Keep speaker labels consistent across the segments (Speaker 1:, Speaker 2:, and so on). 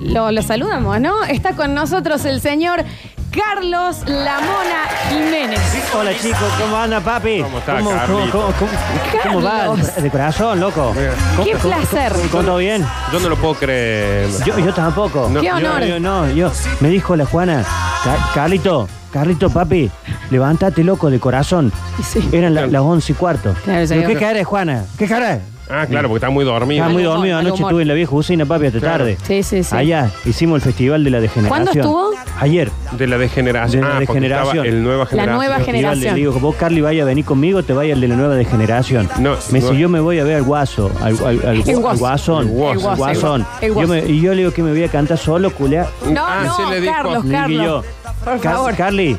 Speaker 1: lo, lo saludamos, ¿no? Está con nosotros el señor Carlos Lamona Jiménez.
Speaker 2: Hola chicos, ¿cómo andan papi?
Speaker 3: ¿Cómo está,
Speaker 2: ¿Cómo, cómo,
Speaker 3: Carlito?
Speaker 2: cómo- cómo
Speaker 1: Carlos.
Speaker 2: van? De corazón, loco. ¿Cómo-
Speaker 1: Qué
Speaker 2: cómo-
Speaker 1: placer.
Speaker 2: cómo- ¿Todo bien?
Speaker 3: Yo no lo puedo creer.
Speaker 2: Yo, yo tampoco.
Speaker 3: No,
Speaker 1: Qué
Speaker 3: yo-
Speaker 1: honor.
Speaker 2: Yo no, yo. Me dijo la Juana, "Ca- Carlito, Carlito papi, levántate loco de corazón.
Speaker 1: Y sí.
Speaker 2: Eran la- las once y cuarto.
Speaker 1: Claro, ya
Speaker 2: Digo,
Speaker 1: digo.
Speaker 2: ¿Qué cara es Juana? ¿Qué cara es?
Speaker 3: Ah, claro, porque está muy dormido.
Speaker 2: Estaba muy
Speaker 1: humor,
Speaker 2: dormido
Speaker 1: mal
Speaker 2: anoche,
Speaker 1: humor.
Speaker 2: estuve en la vieja usina, papi, hasta
Speaker 3: Claro.
Speaker 2: tarde.
Speaker 1: Sí, sí, sí.
Speaker 2: Allá hicimos el Festival de la Degeneración.
Speaker 1: estuvo?
Speaker 2: Ayer.
Speaker 3: De la degeneración.
Speaker 2: De la
Speaker 3: ah, porque
Speaker 2: degeneración.
Speaker 3: estaba el nueva
Speaker 1: La
Speaker 3: generación.
Speaker 1: nueva
Speaker 2: Y yo le
Speaker 1: generación.
Speaker 2: digo, vos, Carly, vaya a venir conmigo, te vaya al de la nueva degeneración.
Speaker 3: No,
Speaker 2: me
Speaker 3: no.
Speaker 2: si yo me voy a ver al guaso, al, al- al-
Speaker 1: El guaso.
Speaker 2: al guasón.
Speaker 3: El guaso.
Speaker 2: al guasón.
Speaker 1: El
Speaker 2: Yo
Speaker 1: guaso.
Speaker 2: me- y yo le digo que me voy a cantar solo, culea.
Speaker 1: No,
Speaker 3: Ah,
Speaker 1: no,
Speaker 3: sí le dijo.
Speaker 1: Carlos,
Speaker 2: Le digo
Speaker 1: Carlos.
Speaker 2: yo,
Speaker 1: Por
Speaker 2: "Car-
Speaker 1: favor.
Speaker 2: Carly,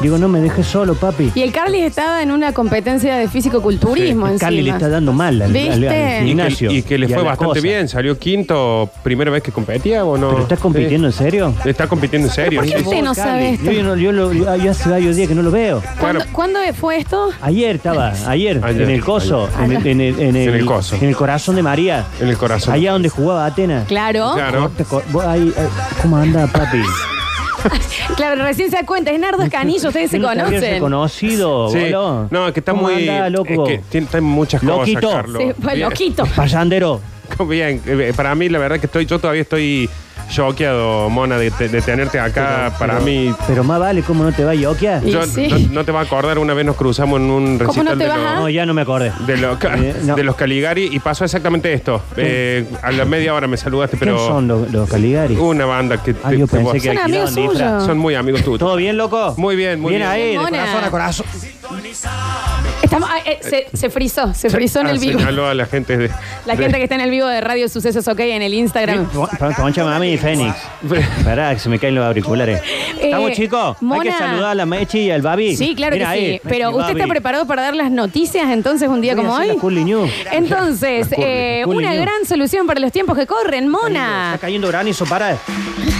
Speaker 2: digo, no me dejes solo, papi.
Speaker 1: Y el Carly estaba en una competencia de físico-culturismo encima.
Speaker 2: Carly le está dando mal al,
Speaker 1: ¿Viste?
Speaker 2: al- al
Speaker 3: Y que-
Speaker 2: gimnasio.
Speaker 3: Y que, le
Speaker 2: a
Speaker 3: fue
Speaker 2: la
Speaker 3: bastante
Speaker 2: cosa.
Speaker 3: bien. Salió quinto, primera vez que competía o no.
Speaker 2: ¿Pero estás compitiendo en serio?
Speaker 3: Sí. Está compitiendo en serio.
Speaker 1: ¿Por qué
Speaker 3: sí,
Speaker 1: usted
Speaker 3: sí.
Speaker 1: no sabe esto?
Speaker 2: Yo, yo no- yo lo- yo- yo hace varios días que no lo veo.
Speaker 1: ¿Cuándo,
Speaker 3: Claro.
Speaker 1: cuándo fue esto?
Speaker 2: Ayer estaba, ayer,
Speaker 3: Ayer,
Speaker 2: en el coso, en
Speaker 3: ayer.
Speaker 2: el, en el- en
Speaker 3: En
Speaker 2: el-
Speaker 3: el coso.
Speaker 2: en el corazón de María,
Speaker 3: En el corazón.
Speaker 2: allá donde jugaba Atenas.
Speaker 1: Claro. claro.
Speaker 3: Claro.
Speaker 2: Corte, cor- vos ahí, eh, ¿Cómo anda, papi?
Speaker 1: recién se da cuenta, es Nardo Canillo, ustedes se
Speaker 2: ¿No te habías
Speaker 1: conocen.
Speaker 2: reconocido,
Speaker 3: Sí.
Speaker 2: boludo?
Speaker 3: No, que está
Speaker 2: ¿Cómo
Speaker 3: muy.
Speaker 2: anda,
Speaker 3: es
Speaker 2: loco?
Speaker 3: que tiene, está en muchas
Speaker 2: Loquito.
Speaker 3: cosas, Carlos.
Speaker 1: Sí, fue
Speaker 3: Bien.
Speaker 1: loquito.
Speaker 2: Payandero.
Speaker 3: Bien, eh, para mí la verdad que estoy, yo todavía estoy choqueado, Mona, de, te- de tenerte acá. para
Speaker 2: Pero-
Speaker 3: mí,
Speaker 2: Pero más vale, ¿cómo no te va a yoquear?
Speaker 1: Y
Speaker 3: yo
Speaker 1: sí.
Speaker 3: no, no te vas a acordar, una vez nos cruzamos en un
Speaker 1: ¿Cómo
Speaker 3: recital
Speaker 1: no te
Speaker 3: de
Speaker 1: vas
Speaker 3: los-
Speaker 1: a-
Speaker 2: No, ya no me acordé.
Speaker 3: de, los ca-
Speaker 2: Eh, no.
Speaker 3: de los Caligari y pasó exactamente esto. Eh, a la media hora me saludaste,
Speaker 2: ¿Quién
Speaker 3: pero
Speaker 2: son los, los Caligari?
Speaker 3: una banda que,
Speaker 2: Ah,
Speaker 3: que-
Speaker 2: yo
Speaker 3: que
Speaker 2: pensé
Speaker 3: vos-
Speaker 2: que
Speaker 1: Son amigos
Speaker 2: alquilaban disfraz.
Speaker 1: suyos.
Speaker 3: son muy amigos tuyos.
Speaker 2: ¿Todo bien, loco?
Speaker 3: Muy bien, muy bien.
Speaker 2: ahí, de
Speaker 1: Mona.
Speaker 2: corazón a corazón.
Speaker 1: Estamos- ah, eh, se, se frizó, se frizó en el vivo.
Speaker 3: Ah, Señaló a la gente de,
Speaker 1: La gente que está en el vivo de Radio Sucesos OK en el Instagram.
Speaker 2: Con- Concha mami y Fénix. Esperá, que se me caen los auriculares. ¿Estamos chicos? Hay que
Speaker 1: Eh, Mona.
Speaker 2: saludar a la Mechi y al Babi.
Speaker 1: Sí, claro
Speaker 2: Mira
Speaker 1: que sí.
Speaker 2: ahí,
Speaker 1: Pero
Speaker 2: Mechi y
Speaker 1: usted está
Speaker 2: Babi.
Speaker 1: preparado para dar las noticias entonces un día
Speaker 2: Voy a
Speaker 1: como
Speaker 2: hacer la
Speaker 1: hoy.
Speaker 2: Curly News.
Speaker 1: Entonces,
Speaker 3: Las curly,
Speaker 1: eh,
Speaker 2: las curly
Speaker 1: una
Speaker 2: news.
Speaker 1: gran solución para los tiempos que corren,
Speaker 2: Está
Speaker 1: Mona.
Speaker 2: cayendo granizo, para.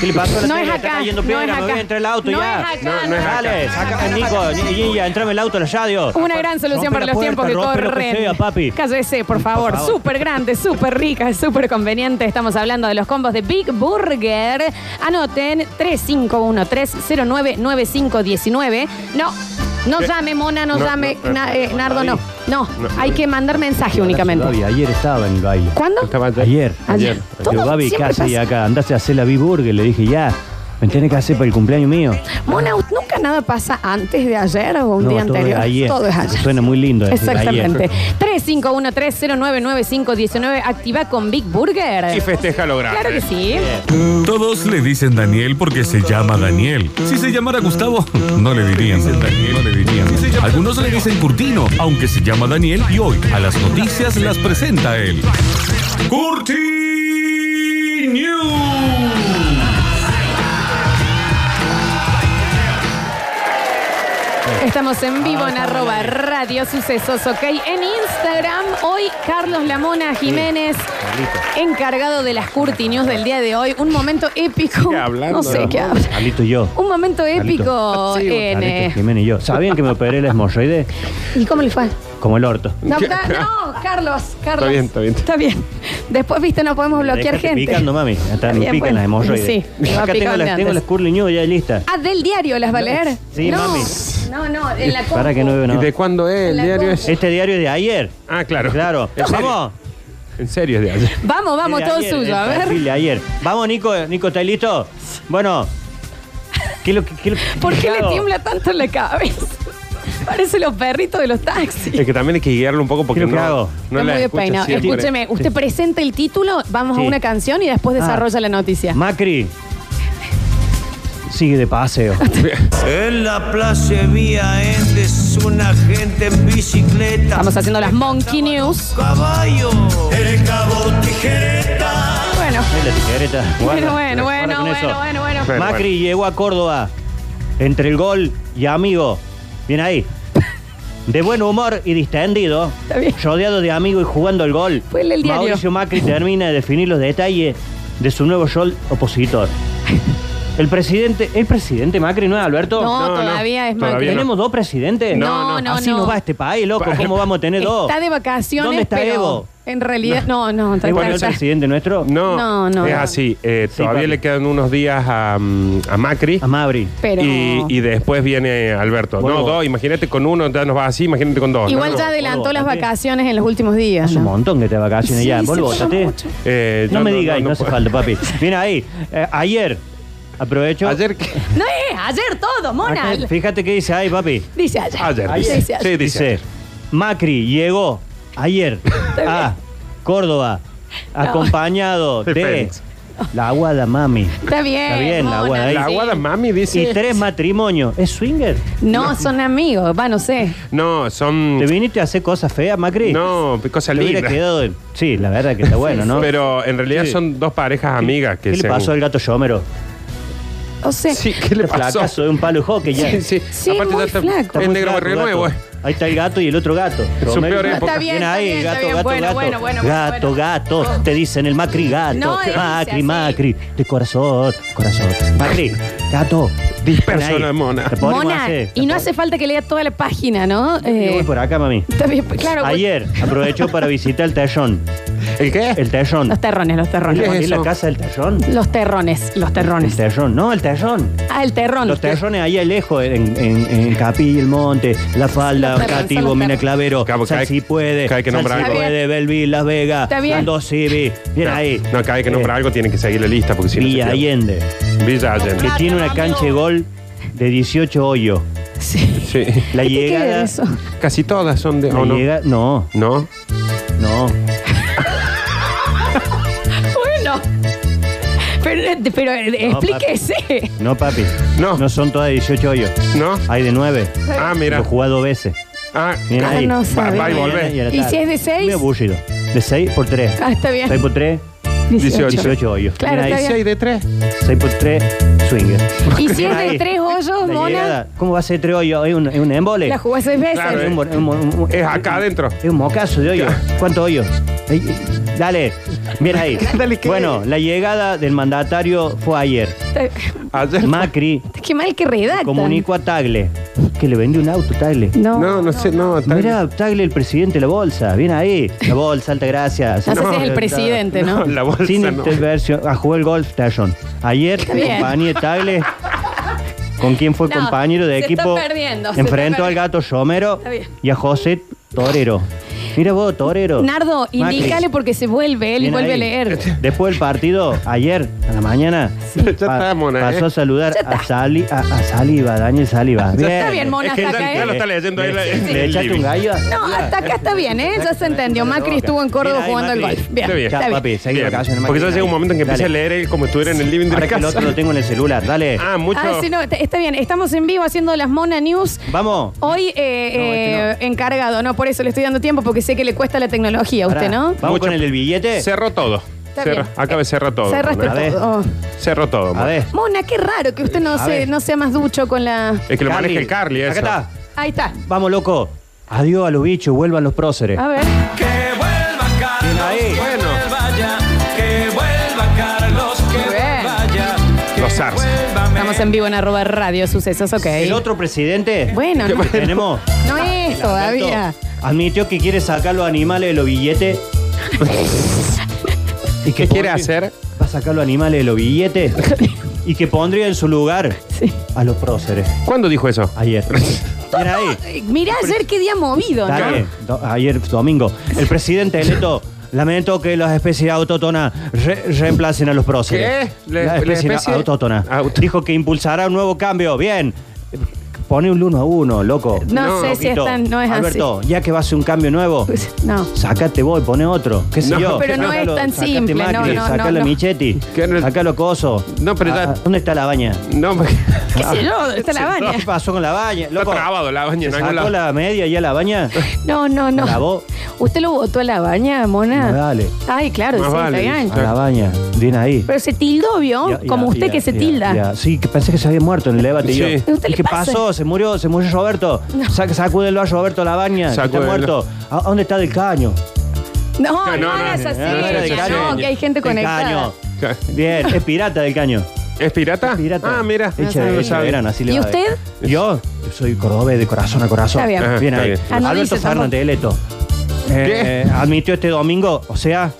Speaker 2: ¿Qué le pasó a la
Speaker 1: Ah. No
Speaker 2: tele?
Speaker 1: es
Speaker 2: Está
Speaker 1: acá,
Speaker 2: cayendo
Speaker 1: no
Speaker 2: piedra,
Speaker 1: es
Speaker 2: me voy
Speaker 1: acá.
Speaker 2: a entrar al auto
Speaker 1: No es
Speaker 2: ya.
Speaker 1: acá,
Speaker 3: no es acá.
Speaker 2: Dale, saca, Nico, Niña, entrame el auto, la radio.
Speaker 1: Una gran solución para
Speaker 2: Rompe la
Speaker 1: los tiempos que
Speaker 2: puerta, rompe lo que
Speaker 1: corren.
Speaker 2: sea, papi.
Speaker 1: Cállese, por favor.
Speaker 2: favor.
Speaker 1: Súper grande, súper rica, súper conveniente. Estamos hablando de los combos de Big Burger. Anoten 3513099519. No, no
Speaker 3: Eh,
Speaker 1: llame, Mona, no,
Speaker 3: no,
Speaker 1: llame,
Speaker 3: no, no,
Speaker 1: na- eh,
Speaker 2: no,
Speaker 1: Nardo, no.
Speaker 2: no,
Speaker 1: No,
Speaker 3: no.
Speaker 1: hay que mandar mensaje únicamente.
Speaker 2: Babi, ayer estaba en el baile.
Speaker 1: ¿Cuándo?
Speaker 3: Estaba
Speaker 2: Ayer.
Speaker 1: Ayer. Todo
Speaker 2: Yo, Babi,
Speaker 1: siempre
Speaker 2: casi
Speaker 1: pasa.
Speaker 2: acá, andaste a hacer la B-Burger. Le dije, ya, me tenés que hacer para el cumpleaños mío.
Speaker 1: Mona, ¿nunca nada pasa antes de ayer o un
Speaker 2: No,
Speaker 1: día
Speaker 2: todo es
Speaker 1: anterior?
Speaker 2: ayer.
Speaker 1: Todo es ayer.
Speaker 2: Suena muy lindo. desde
Speaker 1: Exactamente.
Speaker 2: ayer.
Speaker 1: 3513099519. Activa con Big Burger.
Speaker 3: Y festeja lo grande.
Speaker 1: Claro que sí.
Speaker 4: Todos le dicen Daniel porque se llama Daniel. Si se llamara Gustavo, no le dirían Daniel, no le dirían. Algunos le dicen Curtino, aunque se llama Daniel y hoy a las noticias las presenta él. Curti News.
Speaker 1: Estamos en vivo en arroba radio sucesos, ok. En Instagram, hoy Carlos Lamona Jiménez, encargado de las Curti News del día de hoy. Un momento épico.
Speaker 3: Sigue hablando,
Speaker 1: No sé
Speaker 3: ¿no?
Speaker 1: qué habla.
Speaker 2: Alito y yo.
Speaker 1: Un momento épico
Speaker 3: Sí,
Speaker 1: en.
Speaker 2: Alito
Speaker 1: eh,
Speaker 2: Jiménez y yo. ¿Sabían que me operé la hemorroide?
Speaker 1: ¿Y cómo le fue?
Speaker 2: Como el orto.
Speaker 1: No, está- no, Carlos, Carlos.
Speaker 3: bien, está bien.
Speaker 1: Está bien. Después, viste, no podemos bloquear
Speaker 2: Dejate
Speaker 1: gente.
Speaker 2: picando, mami. Hasta
Speaker 1: Está
Speaker 2: me
Speaker 1: bien,
Speaker 2: pican
Speaker 1: bueno.
Speaker 2: las hemorroides.
Speaker 1: Sí, me va
Speaker 2: Acá tengo
Speaker 1: picando
Speaker 2: las, tengo
Speaker 1: antes.
Speaker 2: las curly news ya listas.
Speaker 1: Ah, del diario las va a leer.
Speaker 2: Sí,
Speaker 1: no,
Speaker 2: mami.
Speaker 1: No, no, en la
Speaker 2: Para que no
Speaker 1: compu.
Speaker 2: veo
Speaker 3: ¿Y
Speaker 2: nada.
Speaker 3: de cuándo es? El
Speaker 1: La
Speaker 3: diario
Speaker 1: cosa.
Speaker 3: es.
Speaker 2: Este diario es de ayer.
Speaker 3: Ah, claro.
Speaker 2: Claro.
Speaker 3: ¿En serio?
Speaker 2: Vamos.
Speaker 3: En serio es de ayer.
Speaker 1: Vamos, vamos,
Speaker 2: Es de
Speaker 1: todo
Speaker 2: ayer, eh,
Speaker 1: suyo.
Speaker 2: el
Speaker 1: A
Speaker 2: perfil
Speaker 1: ver.
Speaker 2: de ayer. Vamos, Nico. Nico, ¿estás listo? Bueno. ¿Qué es lo que- qué es lo que-
Speaker 1: ¿Por qué le
Speaker 2: hago?
Speaker 1: tiembla tanto la cabeza? Parece los perritos de los taxis.
Speaker 3: Es que también hay que guiarlo un poco porque
Speaker 2: Creo que
Speaker 3: no,
Speaker 2: hago.
Speaker 3: Eh, no
Speaker 1: Está
Speaker 3: la
Speaker 1: muy
Speaker 3: escucha
Speaker 1: despeinado.
Speaker 3: siempre.
Speaker 1: Escúcheme, usted presenta el título, vamos a
Speaker 2: Sí.
Speaker 1: una canción y después desarrolla la noticia.
Speaker 2: Macri. Sigue de paseo.
Speaker 5: En la plaza mía es una gente en bicicleta.
Speaker 1: Estamos haciendo las Monkey News.
Speaker 5: Caballo. El cabo tijereta.
Speaker 1: Bueno,
Speaker 2: Ahí la tijereta.
Speaker 1: bueno,
Speaker 2: Guarda,
Speaker 1: bueno,
Speaker 2: guarda
Speaker 1: bueno,
Speaker 2: con eso.
Speaker 1: bueno, bueno, bueno.
Speaker 3: Pero
Speaker 2: Macri
Speaker 3: bueno.
Speaker 2: llegó a Córdoba entre el gol y amigo. Bien ahí. De buen humor y distendido,
Speaker 1: Está bien.
Speaker 2: rodeado de amigos y jugando el gol,
Speaker 1: Fue el del diario.
Speaker 2: Mauricio Macri termina de definir los detalles de su nuevo rol opositor. El presidente, el presidente Macri, ¿no es Alberto?
Speaker 1: No,
Speaker 3: No, no,
Speaker 1: todavía es
Speaker 3: todavía
Speaker 1: Macri.
Speaker 3: no.
Speaker 2: ¿Tenemos dos presidentes?
Speaker 1: No, no,
Speaker 2: Así
Speaker 1: no.
Speaker 2: nos va este país, loco.
Speaker 3: Pa-
Speaker 2: ¿Cómo vamos a tener dos?
Speaker 1: Está de vacaciones,
Speaker 2: ¿Dónde está
Speaker 1: pero
Speaker 2: Evo?
Speaker 1: En realidad, no, no,
Speaker 2: ¿Es
Speaker 1: está
Speaker 2: bueno el
Speaker 1: está-
Speaker 2: presidente nuestro?
Speaker 3: No,
Speaker 1: No, no,
Speaker 3: es
Speaker 1: no.
Speaker 3: así. Eh,
Speaker 2: Sí,
Speaker 3: todavía
Speaker 2: papi.
Speaker 3: le quedan unos días a, mm, a Macri.
Speaker 2: A Mabri.
Speaker 1: Pero
Speaker 3: Y, y después viene Alberto.
Speaker 2: Bueno.
Speaker 3: no, dos, imagínate con uno, ya nos va así, imagínate con dos.
Speaker 1: igual
Speaker 3: ¿no?
Speaker 1: ya adelantó
Speaker 2: boludo,
Speaker 1: las
Speaker 2: también.
Speaker 1: vacaciones en los últimos días.
Speaker 2: Hace un
Speaker 1: ¿no?
Speaker 2: montón que te vacaciones
Speaker 1: Sí,
Speaker 2: ya.
Speaker 1: sí,
Speaker 2: ¿Vos lo
Speaker 1: yo
Speaker 2: votaste?
Speaker 1: mucho.
Speaker 3: Eh,
Speaker 2: No
Speaker 3: yo
Speaker 2: me digas, no, hace
Speaker 3: puedo.
Speaker 2: falta, papi. Mira ahí, eh, ayer aprovecho.
Speaker 3: Ayer, que-
Speaker 1: No es ayer todo,
Speaker 2: Acá,
Speaker 1: mona.
Speaker 2: fíjate qué dice ahí, papi.
Speaker 1: Dice ayer.
Speaker 3: ayer,
Speaker 2: Ayer.
Speaker 3: dice.
Speaker 1: Sí, sí,
Speaker 3: Sí, dice.
Speaker 2: Dice, Macri llegó ayer a Córdoba, acompañado
Speaker 3: De
Speaker 2: de
Speaker 3: Fénix.
Speaker 2: la aguada mami.
Speaker 1: Está bien.
Speaker 2: Está bien, la
Speaker 1: mona,
Speaker 2: aguada ahí.
Speaker 3: La
Speaker 1: sí.
Speaker 3: aguada mami dice.
Speaker 2: Y tres matrimonios. ¿Es swinger?
Speaker 1: No, son amigos, va, no sé.
Speaker 3: No, son.
Speaker 2: ¿Te viniste a hacer cosas feas, Macri?
Speaker 3: No, cosas
Speaker 2: Te hubiera
Speaker 3: lindas.
Speaker 2: quedado en- Sí, la verdad que está bueno, ¿no?
Speaker 3: Pero en realidad
Speaker 2: Sí.
Speaker 3: son dos parejas amigas que
Speaker 2: ¿Qué
Speaker 3: se
Speaker 2: le
Speaker 3: han-
Speaker 2: pasó al gato Yomero?
Speaker 1: O sea,
Speaker 3: Sí, ¿qué le
Speaker 2: Este
Speaker 3: pasó?
Speaker 2: Fracaso de un palo de hockey ya.
Speaker 3: Sí, sí.
Speaker 1: Sí, muy
Speaker 3: está,
Speaker 1: flaco.
Speaker 3: está
Speaker 2: Está
Speaker 3: es
Speaker 2: muy
Speaker 3: negro
Speaker 2: flaco,
Speaker 3: barrio
Speaker 2: gato.
Speaker 3: nuevo. eh.
Speaker 2: Ahí está el gato y el otro gato.
Speaker 3: su
Speaker 2: Romero.
Speaker 3: peor eh, época. Está
Speaker 1: bien,
Speaker 2: Viene
Speaker 1: está
Speaker 2: ahí,
Speaker 1: bien, está
Speaker 2: gato,
Speaker 1: bien.
Speaker 2: gato,
Speaker 1: Bueno,
Speaker 2: gato.
Speaker 1: bueno, bueno,
Speaker 2: gato,
Speaker 1: bueno. Oh.
Speaker 2: gato. Te dicen el Macri gato.
Speaker 1: No, dice
Speaker 2: Macri,
Speaker 1: así.
Speaker 2: Macri. De corazón, corazón. Macri, gato.
Speaker 3: Disperso
Speaker 2: Ven ahí.
Speaker 3: la mona.
Speaker 2: Te ponemos a
Speaker 1: mona.
Speaker 2: hacer, te
Speaker 1: Y no
Speaker 2: ponemos-
Speaker 1: hace falta que lea toda la página, ¿no?
Speaker 2: Yo
Speaker 1: Eh,
Speaker 2: voy por acá, mami.
Speaker 1: está bien, pues, claro. vos-
Speaker 2: Ayer aprovechó para visitar el tallón.
Speaker 3: ¿El qué?
Speaker 2: El tallón.
Speaker 1: Los terrones, los terrones.
Speaker 3: ¿Qué es
Speaker 2: ¿Es la
Speaker 3: eso?
Speaker 2: casa del tallón?
Speaker 1: Los terrones, los
Speaker 2: El
Speaker 1: terrones.
Speaker 2: tallón, no, el tallón.
Speaker 1: Ah, el terrón.
Speaker 2: Los terrones ahí lejos, en, en, en Capilla, el Monte, La Falda,
Speaker 1: Los terrones, son
Speaker 2: Cativo,
Speaker 1: los
Speaker 2: Mina
Speaker 1: terrones.
Speaker 2: Clavero,
Speaker 3: Cabo,
Speaker 2: Sal
Speaker 3: cada-
Speaker 2: Si Puede,
Speaker 3: cada que
Speaker 2: Sal
Speaker 3: nombra
Speaker 2: Si
Speaker 1: algo.
Speaker 2: Puede, Belville, Las Vegas,
Speaker 1: Está bien.
Speaker 2: Lando Civi, bien
Speaker 3: No,
Speaker 2: ahí. Eh.
Speaker 3: No, cada vez que nombra algo tienen que seguir la lista porque si no. se
Speaker 2: Villa
Speaker 3: pierde.
Speaker 2: Allende,
Speaker 3: Villa Allende.
Speaker 2: que tiene una cancha de gol de 18 hoyos.
Speaker 1: Sí.
Speaker 3: Sí.
Speaker 1: ¿Este ¿Qué te queda
Speaker 2: La
Speaker 1: de
Speaker 2: llegada...
Speaker 1: eso?
Speaker 3: Casi todas son de.
Speaker 2: La
Speaker 3: ¿o no?
Speaker 2: llega- no,
Speaker 3: ¿No?
Speaker 2: no.
Speaker 1: Bueno. Pero, pero eh,
Speaker 2: No,
Speaker 1: explíquese.
Speaker 2: No, papi.
Speaker 3: No.
Speaker 2: No son todas 18 hoyos.
Speaker 3: ¿No?
Speaker 2: Hay de 9.
Speaker 3: Ah, mira.
Speaker 2: Lo jugado dos veces.
Speaker 3: Ah,
Speaker 2: Mira
Speaker 1: Ah,
Speaker 2: ahí.
Speaker 1: no sé.
Speaker 3: va, va y
Speaker 1: Ahí
Speaker 2: Y a
Speaker 3: volvé.
Speaker 2: la
Speaker 1: ¿Y
Speaker 2: tarde.
Speaker 1: si es de seis?
Speaker 2: Muy aburrido. De 6 por 3.
Speaker 1: Ah, está bien.
Speaker 2: 6 por 3,
Speaker 3: 18.
Speaker 2: 18 hoyos.
Speaker 1: Claro, está
Speaker 2: Bien ahí.
Speaker 1: bien.
Speaker 3: 6 de 3.
Speaker 2: 6 por 3, swinger.
Speaker 1: ¿Y si es de
Speaker 2: Ahí.
Speaker 1: tres hoyos,
Speaker 2: La
Speaker 1: mona?
Speaker 2: llegada, ¿Cómo va a ser tres hoyos? ¿Es un, es un embole?
Speaker 1: La jugás seis veces.
Speaker 3: Claro,
Speaker 2: Es un- un- un- un-
Speaker 3: Es acá adentro.
Speaker 2: Es un mocazo de hoyos. ¿Cuántos hoyos? Ey, ey, Dale, mira ahí.
Speaker 3: Dale, ¿qué?
Speaker 2: bueno, la llegada del mandatario fue ayer.
Speaker 1: Está-
Speaker 3: Ayer.
Speaker 2: Macri
Speaker 1: Qué mal que redactan.
Speaker 2: comunicó a Tagle que le vendió un auto, Tagle.
Speaker 1: No.
Speaker 3: No, no sé, no. tal-
Speaker 2: Mira, Tagle, el presidente de la bolsa. Viene ahí. La bolsa, alta gracia.
Speaker 1: No sé si es el presidente, ¿no?
Speaker 3: La bolsa
Speaker 2: Sin
Speaker 3: no.
Speaker 2: interversión. Ah, jugó el golf, Tallón. Ayer,
Speaker 1: bien.
Speaker 2: compañía de Tagle, con quien fue
Speaker 1: No,
Speaker 2: compañero de
Speaker 1: se
Speaker 2: equipo,
Speaker 1: está perdiendo, se
Speaker 2: enfrentó
Speaker 1: está
Speaker 2: al gato Somero
Speaker 1: Está bien.
Speaker 2: y a José Torero. Mira vos, Torero.
Speaker 1: Nardo,
Speaker 2: Macri.
Speaker 1: indícale porque se vuelve, él
Speaker 2: Bien
Speaker 1: vuelve
Speaker 2: ahí. Este-
Speaker 1: a leer.
Speaker 2: Después del partido, ayer, a la mañana,
Speaker 3: Ya está, mona,
Speaker 2: pasó
Speaker 3: eh.
Speaker 2: a saludar
Speaker 1: Ya está.
Speaker 2: a, Sali, a, a Saliva, Daniel Saliva.
Speaker 1: Está bien, mona,
Speaker 3: Es que
Speaker 1: hasta
Speaker 3: ya-
Speaker 1: acá,
Speaker 3: ya
Speaker 1: ¿eh?
Speaker 3: lo está leyendo ahí. la-
Speaker 2: ¿Le,
Speaker 3: en
Speaker 2: le
Speaker 3: el
Speaker 2: echaste un
Speaker 3: living.
Speaker 2: gallo?
Speaker 1: No, hasta acá está bien, ¿eh? Ya se entendió. Macri estuvo en Córdoba
Speaker 2: Mira ahí,
Speaker 1: jugando al
Speaker 2: Macri.
Speaker 1: golf. Bien,
Speaker 3: Está bien.
Speaker 1: está
Speaker 2: Ya,
Speaker 1: bien.
Speaker 2: papi, seguí
Speaker 3: Bien,
Speaker 2: vacaciones,
Speaker 3: Porque ya
Speaker 2: Macri,
Speaker 3: llega un momento en que
Speaker 2: dale. Ah,
Speaker 3: empieza a leer él como estuviera en el living de
Speaker 2: Ahora
Speaker 3: la
Speaker 2: que el
Speaker 3: casa.
Speaker 2: otro lo tengo en el celular, dale.
Speaker 3: Ah, mucho.
Speaker 1: Ah, sí, no, te- está bien. Estamos en vivo haciendo las Mona News.
Speaker 2: Vamos.
Speaker 1: Hoy eh,
Speaker 2: No,
Speaker 1: eh, encargado, no, por eso le estoy dando tiempo porque sé que le cuesta la tecnología a usted,
Speaker 2: Pará,
Speaker 1: ¿no?
Speaker 2: Vamos
Speaker 3: Mucho.
Speaker 2: con el del billete.
Speaker 3: Cerró todo.
Speaker 1: Está
Speaker 3: Cerró-
Speaker 1: bien.
Speaker 3: Acaba de cerrar todo.
Speaker 1: Cerraste
Speaker 2: A ver.
Speaker 1: todo.
Speaker 3: Cerró todo.
Speaker 2: A
Speaker 3: mona.
Speaker 2: ver.
Speaker 1: Oh. Mona, qué raro que usted no,
Speaker 2: A
Speaker 1: se,
Speaker 2: ver.
Speaker 1: no sea más ducho con la.
Speaker 3: Es que lo maneja el Carly, eso.
Speaker 2: Acá está.
Speaker 1: Ahí está.
Speaker 2: Vamos, loco. Adiós a los bichos, vuelvan los próceres.
Speaker 1: A ver.
Speaker 6: Que vuelva Carlos,
Speaker 2: Ahí.
Speaker 6: que
Speaker 3: Bueno.
Speaker 6: vuelva ya, que vuelva Carlos, que
Speaker 1: Muy bien.
Speaker 6: vuelva ya, que
Speaker 3: Los SARS.
Speaker 6: vuelva me-
Speaker 1: Estamos en vivo en arroba radio sucesos, ok.
Speaker 2: El otro presidente
Speaker 1: Bueno, no,
Speaker 2: que tenemos
Speaker 1: no es todavía.
Speaker 2: admitió que quiere sacar los animales de los billetes. y
Speaker 3: ¿Qué
Speaker 2: pondría-
Speaker 3: quiere hacer?
Speaker 2: Va a sacar los animales de los billetes y que pondría en su lugar
Speaker 1: Sí.
Speaker 2: a los próceres.
Speaker 3: ¿Cuándo dijo eso?
Speaker 2: Ayer. Mira ahí.
Speaker 1: Eh, Mirá ayer qué día movido, ¿no?
Speaker 2: Dale, do- ayer domingo. El presidente Leto. Lamento que las especies autóctonas re- reemplacen a los próceres.
Speaker 3: ¿Qué? Le-
Speaker 2: las
Speaker 3: la
Speaker 2: especies
Speaker 3: especie-
Speaker 2: autóctonas.
Speaker 3: Auto-
Speaker 2: Dijo que impulsará un nuevo cambio. Bien. Pone un uno a uno, loco.
Speaker 1: No,
Speaker 3: No,
Speaker 1: sé si
Speaker 2: Loquito.
Speaker 1: están, no es
Speaker 2: Alberto, ya que va a ser un cambio nuevo,
Speaker 1: así. Pues, No.
Speaker 2: sacate vos y pone otro. ¿Qué sé
Speaker 3: No,
Speaker 2: yo?
Speaker 1: pero no
Speaker 2: Sácalo-
Speaker 1: es tan
Speaker 2: sacate
Speaker 1: simple,
Speaker 2: Macri,
Speaker 1: no, no, no,
Speaker 2: sacalo
Speaker 1: no.
Speaker 2: Michetti,
Speaker 3: ¿Qué no-
Speaker 2: sacalo Coso.
Speaker 3: No, pero ya-
Speaker 2: Ah, ah, ¿Dónde está la baña?
Speaker 3: No, porque-
Speaker 1: ¿Qué sé yo? Está la baña.
Speaker 2: ¿Qué pasó con la baña?
Speaker 3: Está
Speaker 2: Loco,
Speaker 3: trabado la baña.
Speaker 2: ¿se
Speaker 3: en algún
Speaker 2: sacó
Speaker 3: lado.
Speaker 2: la media y a la baña?
Speaker 1: No, no, no.
Speaker 2: ¿La vos?
Speaker 1: ¿Usted lo votó a la baña, mona?
Speaker 2: No, dale.
Speaker 1: Ay, claro,
Speaker 3: Más
Speaker 1: sí,
Speaker 3: vale,
Speaker 1: está bien.
Speaker 2: A la baña, viene ahí.
Speaker 1: Pero se tildó, ¿vio?
Speaker 2: Ah. Ya, ya,
Speaker 1: Como usted
Speaker 2: ya,
Speaker 1: que se
Speaker 2: ya,
Speaker 1: tilda.
Speaker 2: ya. Sí, que pensé que se había muerto en el debate.
Speaker 3: Sí.
Speaker 2: yo.
Speaker 3: ¿Usted
Speaker 2: ¿Y
Speaker 1: le
Speaker 2: qué
Speaker 1: pasa?
Speaker 2: pasó? Se murió, se murió Roberto. Sac- Sacúdelo a Roberto a la baña. que Está
Speaker 3: Sacúdelo.
Speaker 2: muerto. ¿A a dónde está del caño? ¿Eh?
Speaker 1: No, no,
Speaker 3: No, no,
Speaker 1: hagas
Speaker 3: no,
Speaker 1: así,
Speaker 3: no, no,
Speaker 1: ya,
Speaker 3: no,
Speaker 1: no,
Speaker 3: no,
Speaker 1: que hay gente
Speaker 2: Del
Speaker 1: conectada.
Speaker 2: caño. Bien, es pirata del caño.
Speaker 3: ¿Es pirata?
Speaker 2: Pirata.
Speaker 3: Ah, mira.
Speaker 2: Eche,
Speaker 1: No
Speaker 2: eche
Speaker 1: sabía.
Speaker 2: verano, así le
Speaker 1: ¿Y
Speaker 2: va a ver. Yo soy cordobés de corazón a corazón.
Speaker 1: Está bien.
Speaker 3: Ajá,
Speaker 2: Bien
Speaker 3: está
Speaker 2: ahí.
Speaker 3: bien.
Speaker 1: Ah, no
Speaker 2: Alberto
Speaker 1: dice tampoco.
Speaker 2: Fernández, Leto. eh, admitió este domingo, o sea,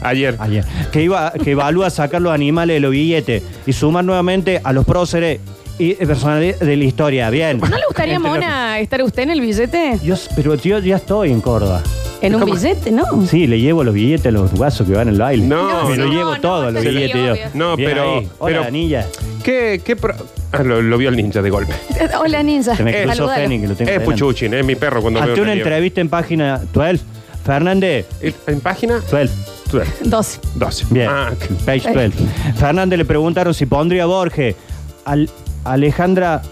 Speaker 3: Ayer.
Speaker 2: ayer, que, iba, que evalúa sacar los animales de los billetes y sumar nuevamente a los próceres y eh, personalidades de la historia. Bien.
Speaker 1: ¿No le gustaría,
Speaker 2: Este,
Speaker 1: Mona, estar usted en el billete?
Speaker 2: Yo, pero yo ya estoy en Córdoba.
Speaker 1: ¿En un billete? No.
Speaker 2: Sí, le llevo los billetes a los guasos que van al baile.
Speaker 3: No,
Speaker 2: me lo
Speaker 3: no,
Speaker 2: llevo
Speaker 1: no,
Speaker 2: todo, los
Speaker 1: sí,
Speaker 2: billetes.
Speaker 1: obvio.
Speaker 2: yo.
Speaker 3: No,
Speaker 2: Bien
Speaker 3: pero-
Speaker 2: ahí. Hola,
Speaker 3: pero-
Speaker 2: Anilla.
Speaker 3: ¿Qué, qué pro- Ah, lo, lo vio el ninja de golpe.
Speaker 1: Hola, ninja.
Speaker 2: Se me
Speaker 3: Eh,
Speaker 2: cruzó
Speaker 1: Saludalo.
Speaker 2: Feni, que lo tengo
Speaker 3: Es
Speaker 2: delante.
Speaker 3: Puchuchin, es mi perro cuando
Speaker 2: Ante
Speaker 3: veo
Speaker 2: una
Speaker 3: nieve.
Speaker 2: entrevista en página 12, Fernández,
Speaker 3: Eh, ¿En página?
Speaker 2: 12,
Speaker 3: 12.
Speaker 1: Dos.
Speaker 3: 12.
Speaker 2: bien,
Speaker 3: Ah,
Speaker 2: page 12. Fernández le preguntaron si pondría a Borges, al- Alejandra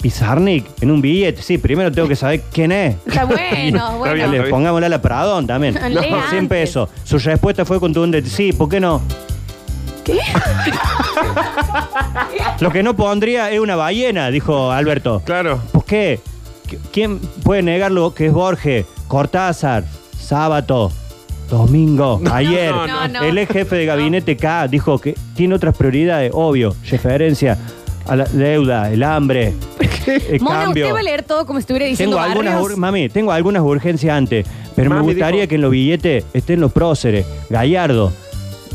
Speaker 2: Pizarnik en un billete. Sí, primero tengo que saber quién es.
Speaker 1: Está bueno,
Speaker 3: Está bien,
Speaker 1: bueno.
Speaker 2: Le
Speaker 3: bien.
Speaker 2: pongámosle a la Pradón también.
Speaker 1: No. Lea
Speaker 2: Por 100
Speaker 1: antes.
Speaker 2: pesos. Su respuesta fue contundente. Sí, ¿por qué no?
Speaker 1: ¿Qué?
Speaker 2: Lo que no pondría es una ballena, dijo Alberto.
Speaker 3: claro.
Speaker 2: ¿Por qué? ¿Qui- ¿Quién puede negar lo que es Borges, Cortázar, Sábato, Domingo, ayer?
Speaker 3: no,
Speaker 1: no, no.
Speaker 2: El ex jefe de gabinete K dijo que tiene otras prioridades, obvio, referencia a la deuda, el hambre, el
Speaker 1: Mona,
Speaker 2: cambio.
Speaker 1: usted va a leer todo como si estuviera diciendo
Speaker 2: Tengo algunas,
Speaker 1: barrios.
Speaker 2: ur- mami, tengo algunas urgencias antes, pero
Speaker 3: Mami,
Speaker 2: me gustaría
Speaker 3: dijo-
Speaker 2: que en los billetes estén los próceres, Gallardo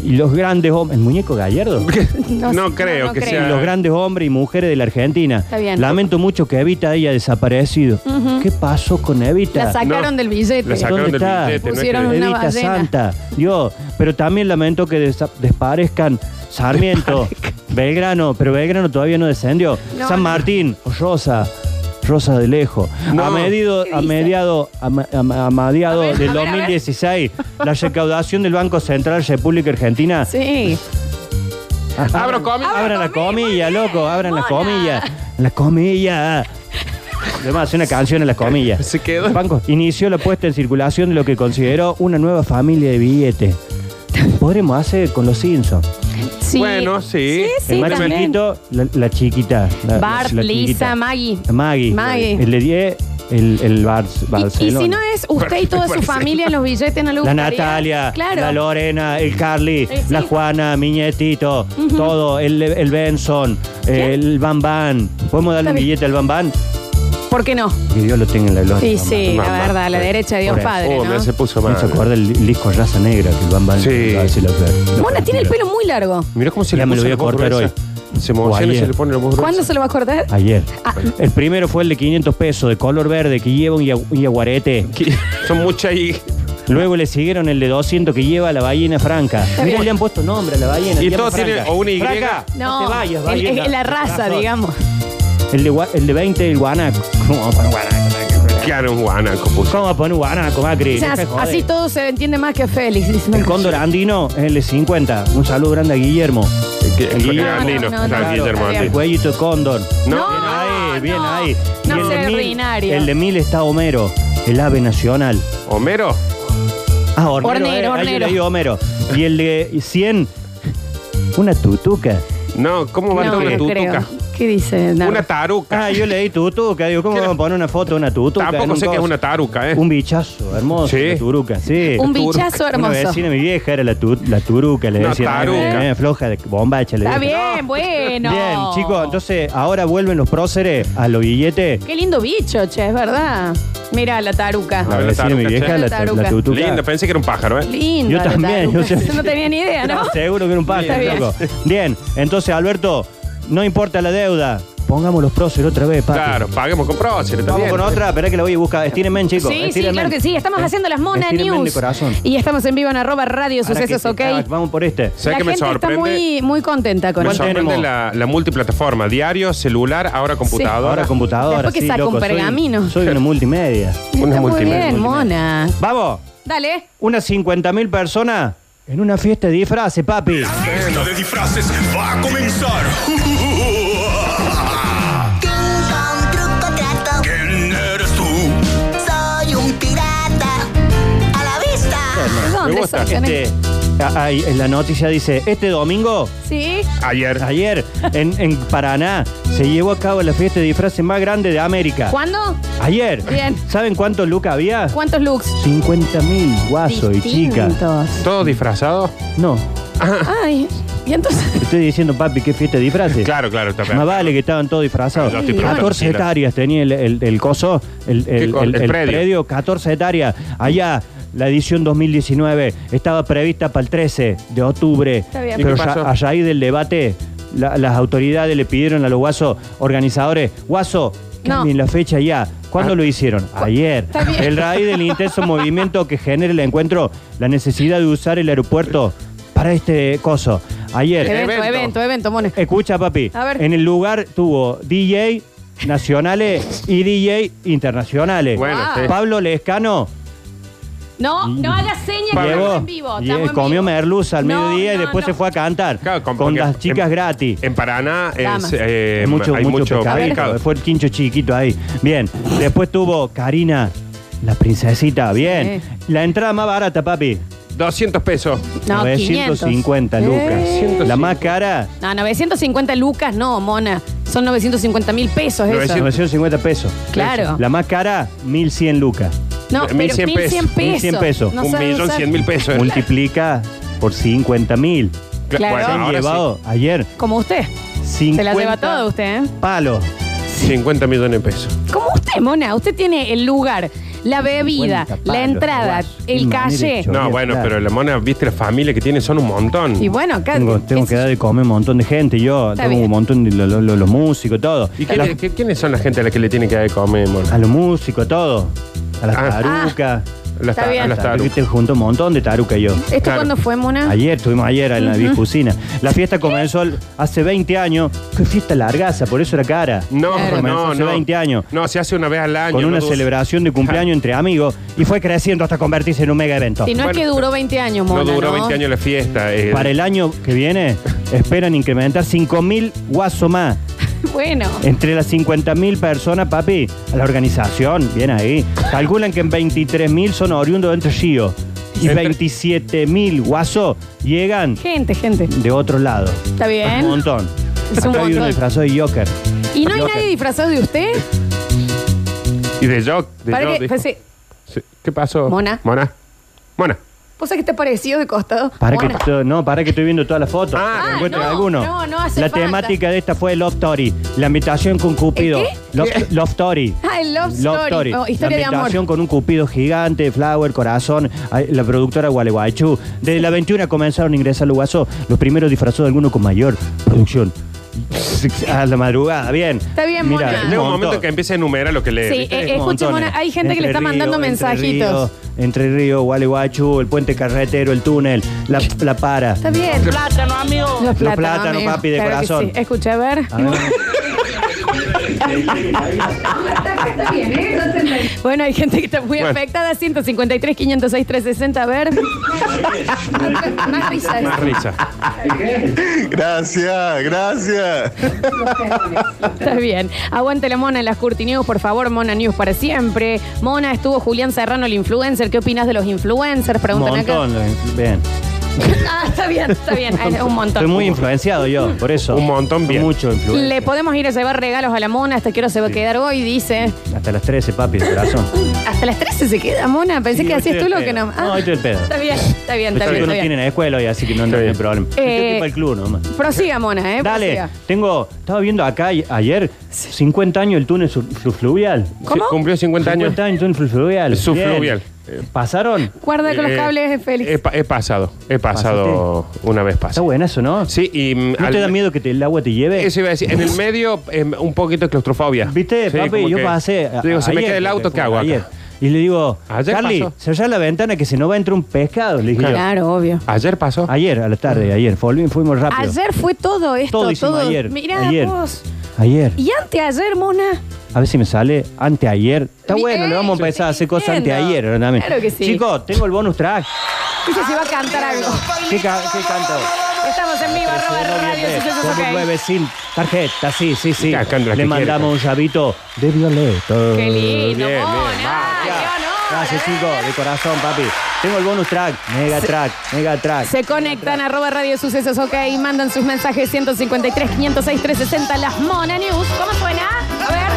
Speaker 2: y los grandes hombres. ¿El muñeco Gallardo?
Speaker 1: No,
Speaker 3: No
Speaker 1: sé,
Speaker 3: creo que
Speaker 2: y
Speaker 3: sea-
Speaker 2: los grandes hombres y mujeres de la Argentina.
Speaker 1: Está bien.
Speaker 2: Lamento mucho que Evita haya desaparecido. ¿Qué pasó con
Speaker 1: La
Speaker 2: Evita?
Speaker 1: sacaron
Speaker 3: No.
Speaker 1: del billete.
Speaker 3: La sacaron
Speaker 2: ¿Dónde
Speaker 3: del
Speaker 2: está?
Speaker 3: billete. no es
Speaker 1: Pusieron
Speaker 3: que-
Speaker 1: una
Speaker 2: Evita
Speaker 1: ballena.
Speaker 2: Santa. Yo, pero también lamento que desa- desparezcan Sarmiento, Belgrano, pero Belgrano todavía no descendió.
Speaker 1: No,
Speaker 2: San
Speaker 1: no.
Speaker 2: Martín, Rosa. Rosa de lejos.
Speaker 3: No.
Speaker 2: A, medido,
Speaker 1: ¿Qué
Speaker 2: a
Speaker 1: dice?
Speaker 2: mediado, a, ma- a ma- a mediado
Speaker 1: A ver,
Speaker 2: del
Speaker 1: a ver, a ver.
Speaker 2: 2016, la recaudación del Banco Central República Argentina
Speaker 1: Sí.
Speaker 2: Ah.
Speaker 3: Abro comida.
Speaker 1: Ah,
Speaker 2: Abran la
Speaker 1: comi- muy
Speaker 2: comilla,
Speaker 1: bien,
Speaker 2: loco, abran la
Speaker 1: mona.
Speaker 2: comilla. La comilla. Además, una canción en la comilla.
Speaker 3: Se quedó.
Speaker 2: Banco inició la puesta en circulación de lo que consideró una nueva familia de billetes. Podremos hacer con los Simpsons.
Speaker 1: sí.
Speaker 3: Bueno, sí.
Speaker 1: Sí, sí,
Speaker 2: el más
Speaker 1: también.
Speaker 2: chiquito, la, la chiquita. La,
Speaker 1: Bart,
Speaker 2: la chiquita.
Speaker 1: Lisa, Maggie.
Speaker 2: Maggie.
Speaker 1: Maggie.
Speaker 2: El de 10, el, el Bar-
Speaker 1: Y- Y,
Speaker 2: Barcelona.
Speaker 1: si no es usted y toda su familia en los billetes, no le
Speaker 2: La
Speaker 1: gustaría.
Speaker 2: Natalia,
Speaker 1: Claro.
Speaker 2: la Lorena, el Carly,
Speaker 1: Eh, sí.
Speaker 2: la Juana, Miñetito, todo, el, el Benson, el Van Van. ¿Podemos darle
Speaker 1: Está
Speaker 2: un
Speaker 1: bien.
Speaker 2: billete al Van Van?
Speaker 1: ¿por qué no?
Speaker 2: Que Dios lo tenga en la gloria.
Speaker 1: Sí,
Speaker 2: Van
Speaker 1: sí,
Speaker 3: mamá,
Speaker 1: la verdad, la
Speaker 3: por-
Speaker 1: derecha de Dios
Speaker 2: por eso.
Speaker 1: Padre,
Speaker 3: Oh, me
Speaker 1: ¿no?
Speaker 3: se puso
Speaker 2: Van. Me
Speaker 3: mal.
Speaker 2: hizo acordar el el disco Raza Negra que el Van Van.
Speaker 3: Sí.
Speaker 2: a ver si lo peor.
Speaker 1: Mona tiene el pelo muy largo.
Speaker 3: Mirá cómo se
Speaker 2: Ya
Speaker 3: le
Speaker 2: me lo
Speaker 3: puso
Speaker 2: voy a
Speaker 3: la voz
Speaker 2: cortar
Speaker 3: gruesa. Se
Speaker 2: O
Speaker 3: emociona y
Speaker 2: ayer.
Speaker 3: se le pone la voz
Speaker 1: ¿Cuándo
Speaker 3: gruesa.
Speaker 1: se lo va a cortar?
Speaker 2: Ayer.
Speaker 1: Ah.
Speaker 2: El primero fue el de 500 pesos de color verde que lleva un ya- un yaguarete.
Speaker 3: ¿Qué? Son muchas y.
Speaker 2: Luego le siguieron el de 200 que lleva la ballena franca. Mira,
Speaker 1: bien.
Speaker 2: le han puesto nombre a la ballena.
Speaker 3: Y
Speaker 2: se llama
Speaker 3: todo tiene
Speaker 2: Franca.
Speaker 3: o una Y.
Speaker 2: Franca, no,
Speaker 1: No,
Speaker 2: te vayas,
Speaker 1: el-
Speaker 2: ballena.
Speaker 1: el- la raza,
Speaker 2: Razón.
Speaker 1: digamos.
Speaker 2: El de, gua- el de 20, el guanaco. ¿Cómo va a poner guanaco?
Speaker 3: Claro, un guanaco puso.
Speaker 2: ¿Cómo va a poner guanaco, Macri?
Speaker 1: O sea,
Speaker 2: No te jodes.
Speaker 1: así todo se entiende más que a Félix. dice.
Speaker 2: El cóndor andino es el de 50. Un saludo grande a Guillermo.
Speaker 3: Que-
Speaker 2: El
Speaker 3: que-
Speaker 2: Guillermo.
Speaker 3: Andino,
Speaker 1: No, no, no,
Speaker 3: claro,
Speaker 1: no,
Speaker 3: Guillermo
Speaker 1: está bien.
Speaker 2: El
Speaker 3: Andino.
Speaker 2: cuellito de cóndor.
Speaker 3: No.
Speaker 2: bien ahí, bien
Speaker 1: no.
Speaker 2: ahí.
Speaker 1: No
Speaker 2: Y el de
Speaker 1: sea
Speaker 2: mil-
Speaker 1: ordinario.
Speaker 2: El de mil está Homero, el ave nacional.
Speaker 3: Homero.
Speaker 2: Ah, Hornero.
Speaker 1: Hornero,
Speaker 2: eh. Ahí
Speaker 1: Hornero.
Speaker 2: leí Homero. Y el de 100, una tutuca.
Speaker 3: No, ¿cómo va a estar
Speaker 1: No,
Speaker 3: una
Speaker 1: no creo.
Speaker 3: tutuca?
Speaker 1: ¿Qué dice? No.
Speaker 3: Una taruca.
Speaker 2: Ah, yo leí tutuca. Digo, ¿cómo
Speaker 3: ¿Qué
Speaker 2: vamos a
Speaker 3: era?
Speaker 2: poner una foto de una tutuca? en
Speaker 3: Tampoco
Speaker 2: un
Speaker 3: sé qué es
Speaker 2: coso?
Speaker 3: una taruca, ¿eh?
Speaker 2: Un bichazo, hermoso.
Speaker 3: Sí.
Speaker 2: La turuca, sí.
Speaker 1: Un bichazo
Speaker 2: Una
Speaker 1: Ah, hermoso.
Speaker 2: vecina Eh, de mi vieja era la, tu- la turuca, le
Speaker 3: No,
Speaker 2: decían. Ay,
Speaker 3: taruca.
Speaker 2: me- me floja de bombacha, le
Speaker 1: Está
Speaker 2: decían.
Speaker 1: bien, bueno.
Speaker 2: pues, Bien, chicos, entonces ahora vuelven los próceres a los billetes.
Speaker 1: Qué lindo bicho, che, es verdad. Mira la taruca.
Speaker 3: La
Speaker 2: La
Speaker 3: verdad,
Speaker 2: vecina de mi
Speaker 3: taruca,
Speaker 2: vieja,
Speaker 3: che.
Speaker 2: la,
Speaker 1: La
Speaker 2: ta- la
Speaker 1: taruca.
Speaker 2: tutuca.
Speaker 3: Linda, pensé que era un pájaro, ¿eh?
Speaker 1: Lindo.
Speaker 2: Yo
Speaker 1: la
Speaker 2: también,
Speaker 1: taruca.
Speaker 2: yo sé.
Speaker 1: no tenía ni idea, ¿no?
Speaker 2: Estaba Ah, Seguro que era un
Speaker 1: Está
Speaker 2: pájaro,
Speaker 1: bien.
Speaker 2: loco. Bien, entonces, Alberto, no importa la deuda. Pongamos los próceres otra vez, papi.
Speaker 3: Claro, paguemos con próceres
Speaker 2: Vamos
Speaker 3: también.
Speaker 2: con otra, espera que la voy a buscar. Estírenme, chicos.
Speaker 1: Sí, sí,
Speaker 2: estírenme.
Speaker 1: claro que sí. Estamos
Speaker 2: Eh,
Speaker 1: haciendo las Mona
Speaker 2: estírenme de
Speaker 1: News.
Speaker 2: corazón.
Speaker 1: Y estamos en vivo en arroba radio
Speaker 2: Ahora que
Speaker 1: sucesos,
Speaker 2: sí,
Speaker 1: ok.
Speaker 2: ah, Vamos por este.
Speaker 3: ¿Sabes
Speaker 1: la
Speaker 3: qué me
Speaker 1: gente está
Speaker 3: sorprende?
Speaker 1: muy, muy contenta con
Speaker 3: Me
Speaker 2: ¿Cuál
Speaker 1: eso.
Speaker 3: sorprende
Speaker 2: tenemos?
Speaker 3: la, la multiplataforma, diario, celular, ahora computadora.
Speaker 2: Ahora computadora.
Speaker 1: Después que
Speaker 2: sí,
Speaker 1: saca
Speaker 2: loco,
Speaker 1: un
Speaker 2: soy-
Speaker 1: pergamino.
Speaker 2: Soy, una multimedia.
Speaker 3: Una
Speaker 1: Está muy
Speaker 3: multimedia,
Speaker 1: bien,
Speaker 3: multimedia.
Speaker 1: mona.
Speaker 2: Vamos,
Speaker 1: Dale.
Speaker 2: unas 50.000 personas en una fiesta de disfraces, papi.
Speaker 7: fiesta de disfraces va a comenzar.
Speaker 8: King Kong, truco trato,
Speaker 7: ¿Quién eres tú?
Speaker 8: soy un pirata. A la vista.
Speaker 1: ¿De
Speaker 3: Me
Speaker 1: dónde
Speaker 3: gusta.
Speaker 1: sos, Johnny?
Speaker 2: Este, a- ahí en la noticia dice, este domingo,
Speaker 1: Sí.
Speaker 3: Ayer.
Speaker 2: ayer, en, en Paraná, se llevó a cabo la fiesta de disfraces más grande de América.
Speaker 1: ¿Cuándo?
Speaker 2: Ayer.
Speaker 1: Bien.
Speaker 2: ¿Saben cuántos Luca había?
Speaker 1: ¿Cuántos looks?
Speaker 2: Ah, 50.000 guasos y chicas.
Speaker 1: Distintos.
Speaker 3: ¿Todo disfrazado?
Speaker 2: No,
Speaker 1: Ay, Y entonces.
Speaker 2: Estoy diciendo, papi, qué fiesta de disfraces.
Speaker 3: Claro, claro, está
Speaker 2: Más
Speaker 3: bien.
Speaker 2: vale que estaban todos disfrazados.
Speaker 3: Yo estoy preguntando,
Speaker 2: 14
Speaker 3: Chila.
Speaker 2: hectáreas tenía el, el- el coso, el, el-
Speaker 3: co-
Speaker 2: el-
Speaker 3: el
Speaker 2: el
Speaker 3: predio.
Speaker 2: predio. 14 hectáreas. Allá, la edición 2019 estaba prevista para el 13 de octubre.
Speaker 1: Está bien. ¿Y
Speaker 2: Pero
Speaker 3: qué
Speaker 2: ya-
Speaker 3: pasó?
Speaker 2: allá ahí del debate, la- las autoridades le pidieron a los guasos organizadores, guaso,
Speaker 1: No.
Speaker 2: cambien la fecha ya.
Speaker 3: Ah.
Speaker 2: ¿Cuándo lo hicieron? Ayer.
Speaker 1: Está bien.
Speaker 2: El raíz del intenso movimiento que genera el encuentro, la necesidad de usar el aeropuerto para este coso. Ayer.
Speaker 1: Evento, evento, evento, Mona.
Speaker 2: Escucha, papi.
Speaker 1: A ver.
Speaker 2: En el lugar tuvo DJ nacionales y DJ internacionales.
Speaker 3: Bueno,
Speaker 1: Ah.
Speaker 3: sí.
Speaker 2: Pablo Lescano
Speaker 1: No, no hagas señas que
Speaker 3: Pablo.
Speaker 1: estamos
Speaker 2: llevó,
Speaker 1: en vivo.
Speaker 2: lle-
Speaker 1: estamos en
Speaker 2: Mm. comió
Speaker 1: vivo.
Speaker 2: merluza al
Speaker 1: No,
Speaker 2: mediodía y
Speaker 1: no,
Speaker 2: después
Speaker 1: no.
Speaker 2: se fue a cantar
Speaker 3: Claro,
Speaker 2: con,
Speaker 3: porque
Speaker 2: las chicas
Speaker 3: en-
Speaker 2: gratis.
Speaker 3: En Paraná es,
Speaker 1: Damas.
Speaker 3: eh,
Speaker 2: Hay mucho,
Speaker 3: hay
Speaker 2: mucho, pescadito,
Speaker 3: pescado.
Speaker 2: Fue el quincho chiquito ahí. Bien. Después tuvo Karina, la princesita. Bien. La entrada más barata, papi.
Speaker 3: 200 pesos.
Speaker 1: No, Eh.
Speaker 2: 950 lucas.
Speaker 3: 150.
Speaker 2: La más cara,
Speaker 1: No, 950 lucas, no, Mona. Son 950 mil pesos eso.
Speaker 3: 900.
Speaker 2: 950 pesos.
Speaker 1: Claro.
Speaker 2: La más cara, 1100 lucas.
Speaker 1: No, pero
Speaker 3: 1100
Speaker 1: 1100
Speaker 3: pesos.
Speaker 1: pesos.
Speaker 2: 1100 pesos.
Speaker 1: No
Speaker 3: un
Speaker 1: saben
Speaker 3: millón
Speaker 1: usar.
Speaker 3: cien mil pesos.
Speaker 2: multiplica por 50 mil.
Speaker 3: Cla-
Speaker 1: Claro.
Speaker 3: Bueno,
Speaker 1: Se han
Speaker 3: ahora
Speaker 2: Llevado ayer
Speaker 1: Como usted.
Speaker 2: 50
Speaker 1: Se la lleva todo usted, ¿eh?
Speaker 2: palos.
Speaker 3: sí, 50 millones de pesos.
Speaker 1: Como usted, Mona. Usted tiene el lugar, la bebida,
Speaker 2: Cincuenta palos,
Speaker 1: la entrada,
Speaker 2: guaso. Qué
Speaker 1: el
Speaker 2: manera
Speaker 1: calle.
Speaker 2: hecho. Yo
Speaker 3: No,
Speaker 2: voy a
Speaker 3: bueno,
Speaker 2: hablar.
Speaker 3: pero la mona, viste, la familia que tiene son un montón.
Speaker 1: Y bueno, acá.
Speaker 2: Tengo, tengo
Speaker 1: qué
Speaker 2: que
Speaker 1: sé
Speaker 2: dar de comer un montón de gente. Yo
Speaker 1: Está
Speaker 2: tengo
Speaker 1: bien.
Speaker 2: un montón de lo- lo- lo- los músicos, todo.
Speaker 3: ¿Y quién
Speaker 2: La-
Speaker 3: es- qué- quiénes son la gente a la que le tiene que dar de comer, mona?
Speaker 2: a los músicos, todo. A las
Speaker 3: Ah.
Speaker 2: tarucas.
Speaker 3: Las
Speaker 1: Está
Speaker 3: ta-
Speaker 1: bien.
Speaker 3: a las
Speaker 2: Taruca,
Speaker 3: tarugas.
Speaker 2: Te junto un montón de tarucas yo.
Speaker 1: yo. ¿Esto
Speaker 3: Claro.
Speaker 1: cuándo fue, Mona?
Speaker 2: Ayer, estuvimos ayer en la bifusina. La fiesta comenzó al- hace 20 años. Qué fiesta largaza, por eso era cara.
Speaker 3: No,
Speaker 1: Claro.
Speaker 3: no,
Speaker 2: Comenzó hace
Speaker 3: no.
Speaker 2: 20 años.
Speaker 3: No, se hace una vez al año.
Speaker 2: Con
Speaker 3: no
Speaker 2: una
Speaker 3: dos.
Speaker 2: celebración de cumpleaños entre amigos y fue creciendo hasta convertirse en un mega evento.
Speaker 1: Si no es
Speaker 3: Bueno,
Speaker 1: que duró 20 años, Mona.
Speaker 3: No duró 20 años la fiesta. eh.
Speaker 2: Para el año que viene esperan incrementar 5.000 guaso más.
Speaker 1: Bueno.
Speaker 2: Entre las 50.000 personas, papi, a la organización, bien ahí. Calculan que en 23.000 son oriundos de Entre Ríos y
Speaker 3: Entre-
Speaker 2: 27.000 guaso llegan
Speaker 1: Gente, gente.
Speaker 2: de otro lado.
Speaker 1: Está
Speaker 2: Es
Speaker 1: bien.
Speaker 2: un montón.
Speaker 1: Es un
Speaker 2: Acá hay uno
Speaker 1: montón.
Speaker 2: disfrazado de Joker.
Speaker 1: ¿Y no hay
Speaker 2: Joker.
Speaker 1: nadie disfrazado de usted?
Speaker 3: Y de Jock. de
Speaker 1: Para
Speaker 3: Jock,
Speaker 1: que,
Speaker 3: dijo.
Speaker 1: parece-
Speaker 3: Sí. ¿Qué pasó?
Speaker 1: Mona.
Speaker 3: Mona. Mona.
Speaker 1: ¿Vos sabés que te parecido de costado?
Speaker 2: Para que
Speaker 1: Mona.
Speaker 2: esto- no, para que estoy viendo todas las fotos.
Speaker 3: Ah,
Speaker 2: Que encuentren
Speaker 1: no,
Speaker 2: alguno.
Speaker 1: no, no hace
Speaker 2: La
Speaker 1: falta.
Speaker 2: temática de esta fue Love Story, la invitación con Cupido.
Speaker 1: ¿El qué?
Speaker 2: Love, Love Story.
Speaker 1: Ah, el Love Story. Oh, historia
Speaker 2: la
Speaker 1: de amor.
Speaker 2: invitación con un cupido gigante, Flower, Corazón, ay, la productora Gualeguaychú. Desde la 21 comenzaron a ingresar los guasos, los primeros disfrazados de alguno con mayor producción. A la madrugada, bien.
Speaker 1: Está bien,
Speaker 2: Mira,
Speaker 1: Mona.
Speaker 2: un
Speaker 3: Llega un momento
Speaker 2: montón.
Speaker 3: que empieza a enumerar lo que le.
Speaker 1: Sí,
Speaker 3: ¿viste?
Speaker 1: eh, escuche,
Speaker 2: Montones.
Speaker 1: Mona, hay gente que le
Speaker 2: Entre
Speaker 1: está mandando
Speaker 2: Río,
Speaker 1: mensajitos.
Speaker 2: Entre Río, Entre Río, Gualeguaychú, el puente carretero, el túnel, la, la para.
Speaker 1: Está bien. Los plátanos, amigo. Los plátanos,
Speaker 2: plátanos,
Speaker 1: amigo.
Speaker 2: papi, de
Speaker 1: Claro que
Speaker 2: corazón.
Speaker 1: sí. Escucha, a ver.
Speaker 2: A ver,
Speaker 1: Está bien, ¿eh? No te entendí. Bueno, hay gente que está muy
Speaker 3: Bueno.
Speaker 1: afectada. 153, 506, 360. A ver. Más risas.
Speaker 3: Más risa.
Speaker 7: Gracias, gracias.
Speaker 1: Está bien. Aguante la mona en las Curti News, por favor. Mona News para siempre. Mona estuvo Julián Serrano, el influencer. ¿Qué opinas de los influencers?
Speaker 2: un
Speaker 1: Preguntan
Speaker 2: montón. lo- Bien.
Speaker 1: acá. Ah, está bien, está bien. Hay un montón. Mm.
Speaker 2: Estoy muy influenciado yo, por eso.
Speaker 3: Un montón,
Speaker 2: Soy
Speaker 3: bien.
Speaker 2: Mucho influencia.
Speaker 1: Le podemos ir a llevar regalos a la mona. Hasta quiero se va a quedar hoy, dice.
Speaker 2: Hasta las 13, papi, de corazón.
Speaker 1: Hasta las 13 se queda, mona. Pensé
Speaker 2: Sí,
Speaker 1: que
Speaker 2: hoy
Speaker 1: hacías tú
Speaker 2: estoy
Speaker 1: lo
Speaker 2: al
Speaker 1: que
Speaker 2: pedo.
Speaker 1: no. Ah,
Speaker 2: No, hoy estoy al pedo.
Speaker 1: Está bien, está bien,
Speaker 2: Los
Speaker 1: está bien.
Speaker 2: chicos no
Speaker 1: Está bien.
Speaker 2: tienen escuela hoy, así que no no
Speaker 3: Está
Speaker 2: hay
Speaker 3: bien.
Speaker 2: problema.
Speaker 1: Eh,
Speaker 2: Yo estoy para el club nomás.
Speaker 1: Prosiga, mona, ¿eh?
Speaker 2: Dale,
Speaker 1: prosiga.
Speaker 2: tengo, estaba viendo acá y- ayer, 50 años el túnel su- subfluvial.
Speaker 1: ¿Cómo?
Speaker 3: Sí, Cumplió 50 años.
Speaker 2: 50 años el túnel subfluvial.
Speaker 3: El subfluvial.
Speaker 2: Bien. ¿Pasaron?
Speaker 1: Guarda con los
Speaker 3: Eh,
Speaker 1: cables, Félix.
Speaker 3: He, pa- he pasado. He pasado una vez
Speaker 2: Está
Speaker 3: pasado.
Speaker 2: bueno eso, ¿no?
Speaker 3: Sí, y. mm,
Speaker 2: ¿No
Speaker 3: al-
Speaker 2: te da miedo que te- el agua te lleve?
Speaker 3: Eso iba a decir. En el medio, em, un poquito de claustrofobia.
Speaker 2: ¿Viste,
Speaker 3: Sí,
Speaker 2: papi?
Speaker 3: como
Speaker 2: Yo
Speaker 3: que-
Speaker 2: pasé. a-
Speaker 3: Yo digo, se me
Speaker 2: ayer,
Speaker 3: queda el auto, ¿qué
Speaker 2: fue
Speaker 3: hago acá?
Speaker 2: ayer. Y le digo,
Speaker 3: Ayer
Speaker 2: Carly,
Speaker 3: pasó.
Speaker 2: cerrá la ventana que si no va a entrar un pescado. Le dije yo.
Speaker 1: Claro, obvio.
Speaker 3: Ayer pasó.
Speaker 2: Ayer, a la
Speaker 3: Mm.
Speaker 2: tarde, ayer. Fuimos, fuimos rápido.
Speaker 1: Ayer fue todo esto,
Speaker 2: Todo
Speaker 1: todo.
Speaker 2: hicimos ayer.
Speaker 1: Mirá
Speaker 2: ayer.
Speaker 1: vos.
Speaker 2: Ayer.
Speaker 1: Y anteayer, mona.
Speaker 2: A ver si me sale anteayer. Está
Speaker 1: Bien,
Speaker 2: bueno, le vamos a empezar a hacer cosas
Speaker 1: entiendo.
Speaker 2: anteayer. ahora también.
Speaker 1: Claro que sí.
Speaker 2: Chicos, tengo el bonus track.
Speaker 1: Dice si va a cantar algo.
Speaker 2: ¿Qué, ca- qué canto?
Speaker 1: Estamos en vivo, arroba radio, sucesos,
Speaker 2: Como
Speaker 1: ok.
Speaker 2: nueve sin tarjeta, sí, sí, sí.
Speaker 3: Ya, canta la
Speaker 2: Le
Speaker 3: que
Speaker 2: mandamos un llavito de violeta.
Speaker 1: Qué lindo,
Speaker 3: Bien, bien,
Speaker 1: mona.
Speaker 3: va,
Speaker 1: Ay,
Speaker 3: ya.
Speaker 1: qué honor. eh.
Speaker 2: Gracias, chicos, de corazón, papi. Tengo el bonus track, mega track, mega track.
Speaker 1: Se conectan arroba radio sucesos, ok. Mandan sus mensajes 153, 506, 360. Las Mona News. ¿Cómo suena? A ver.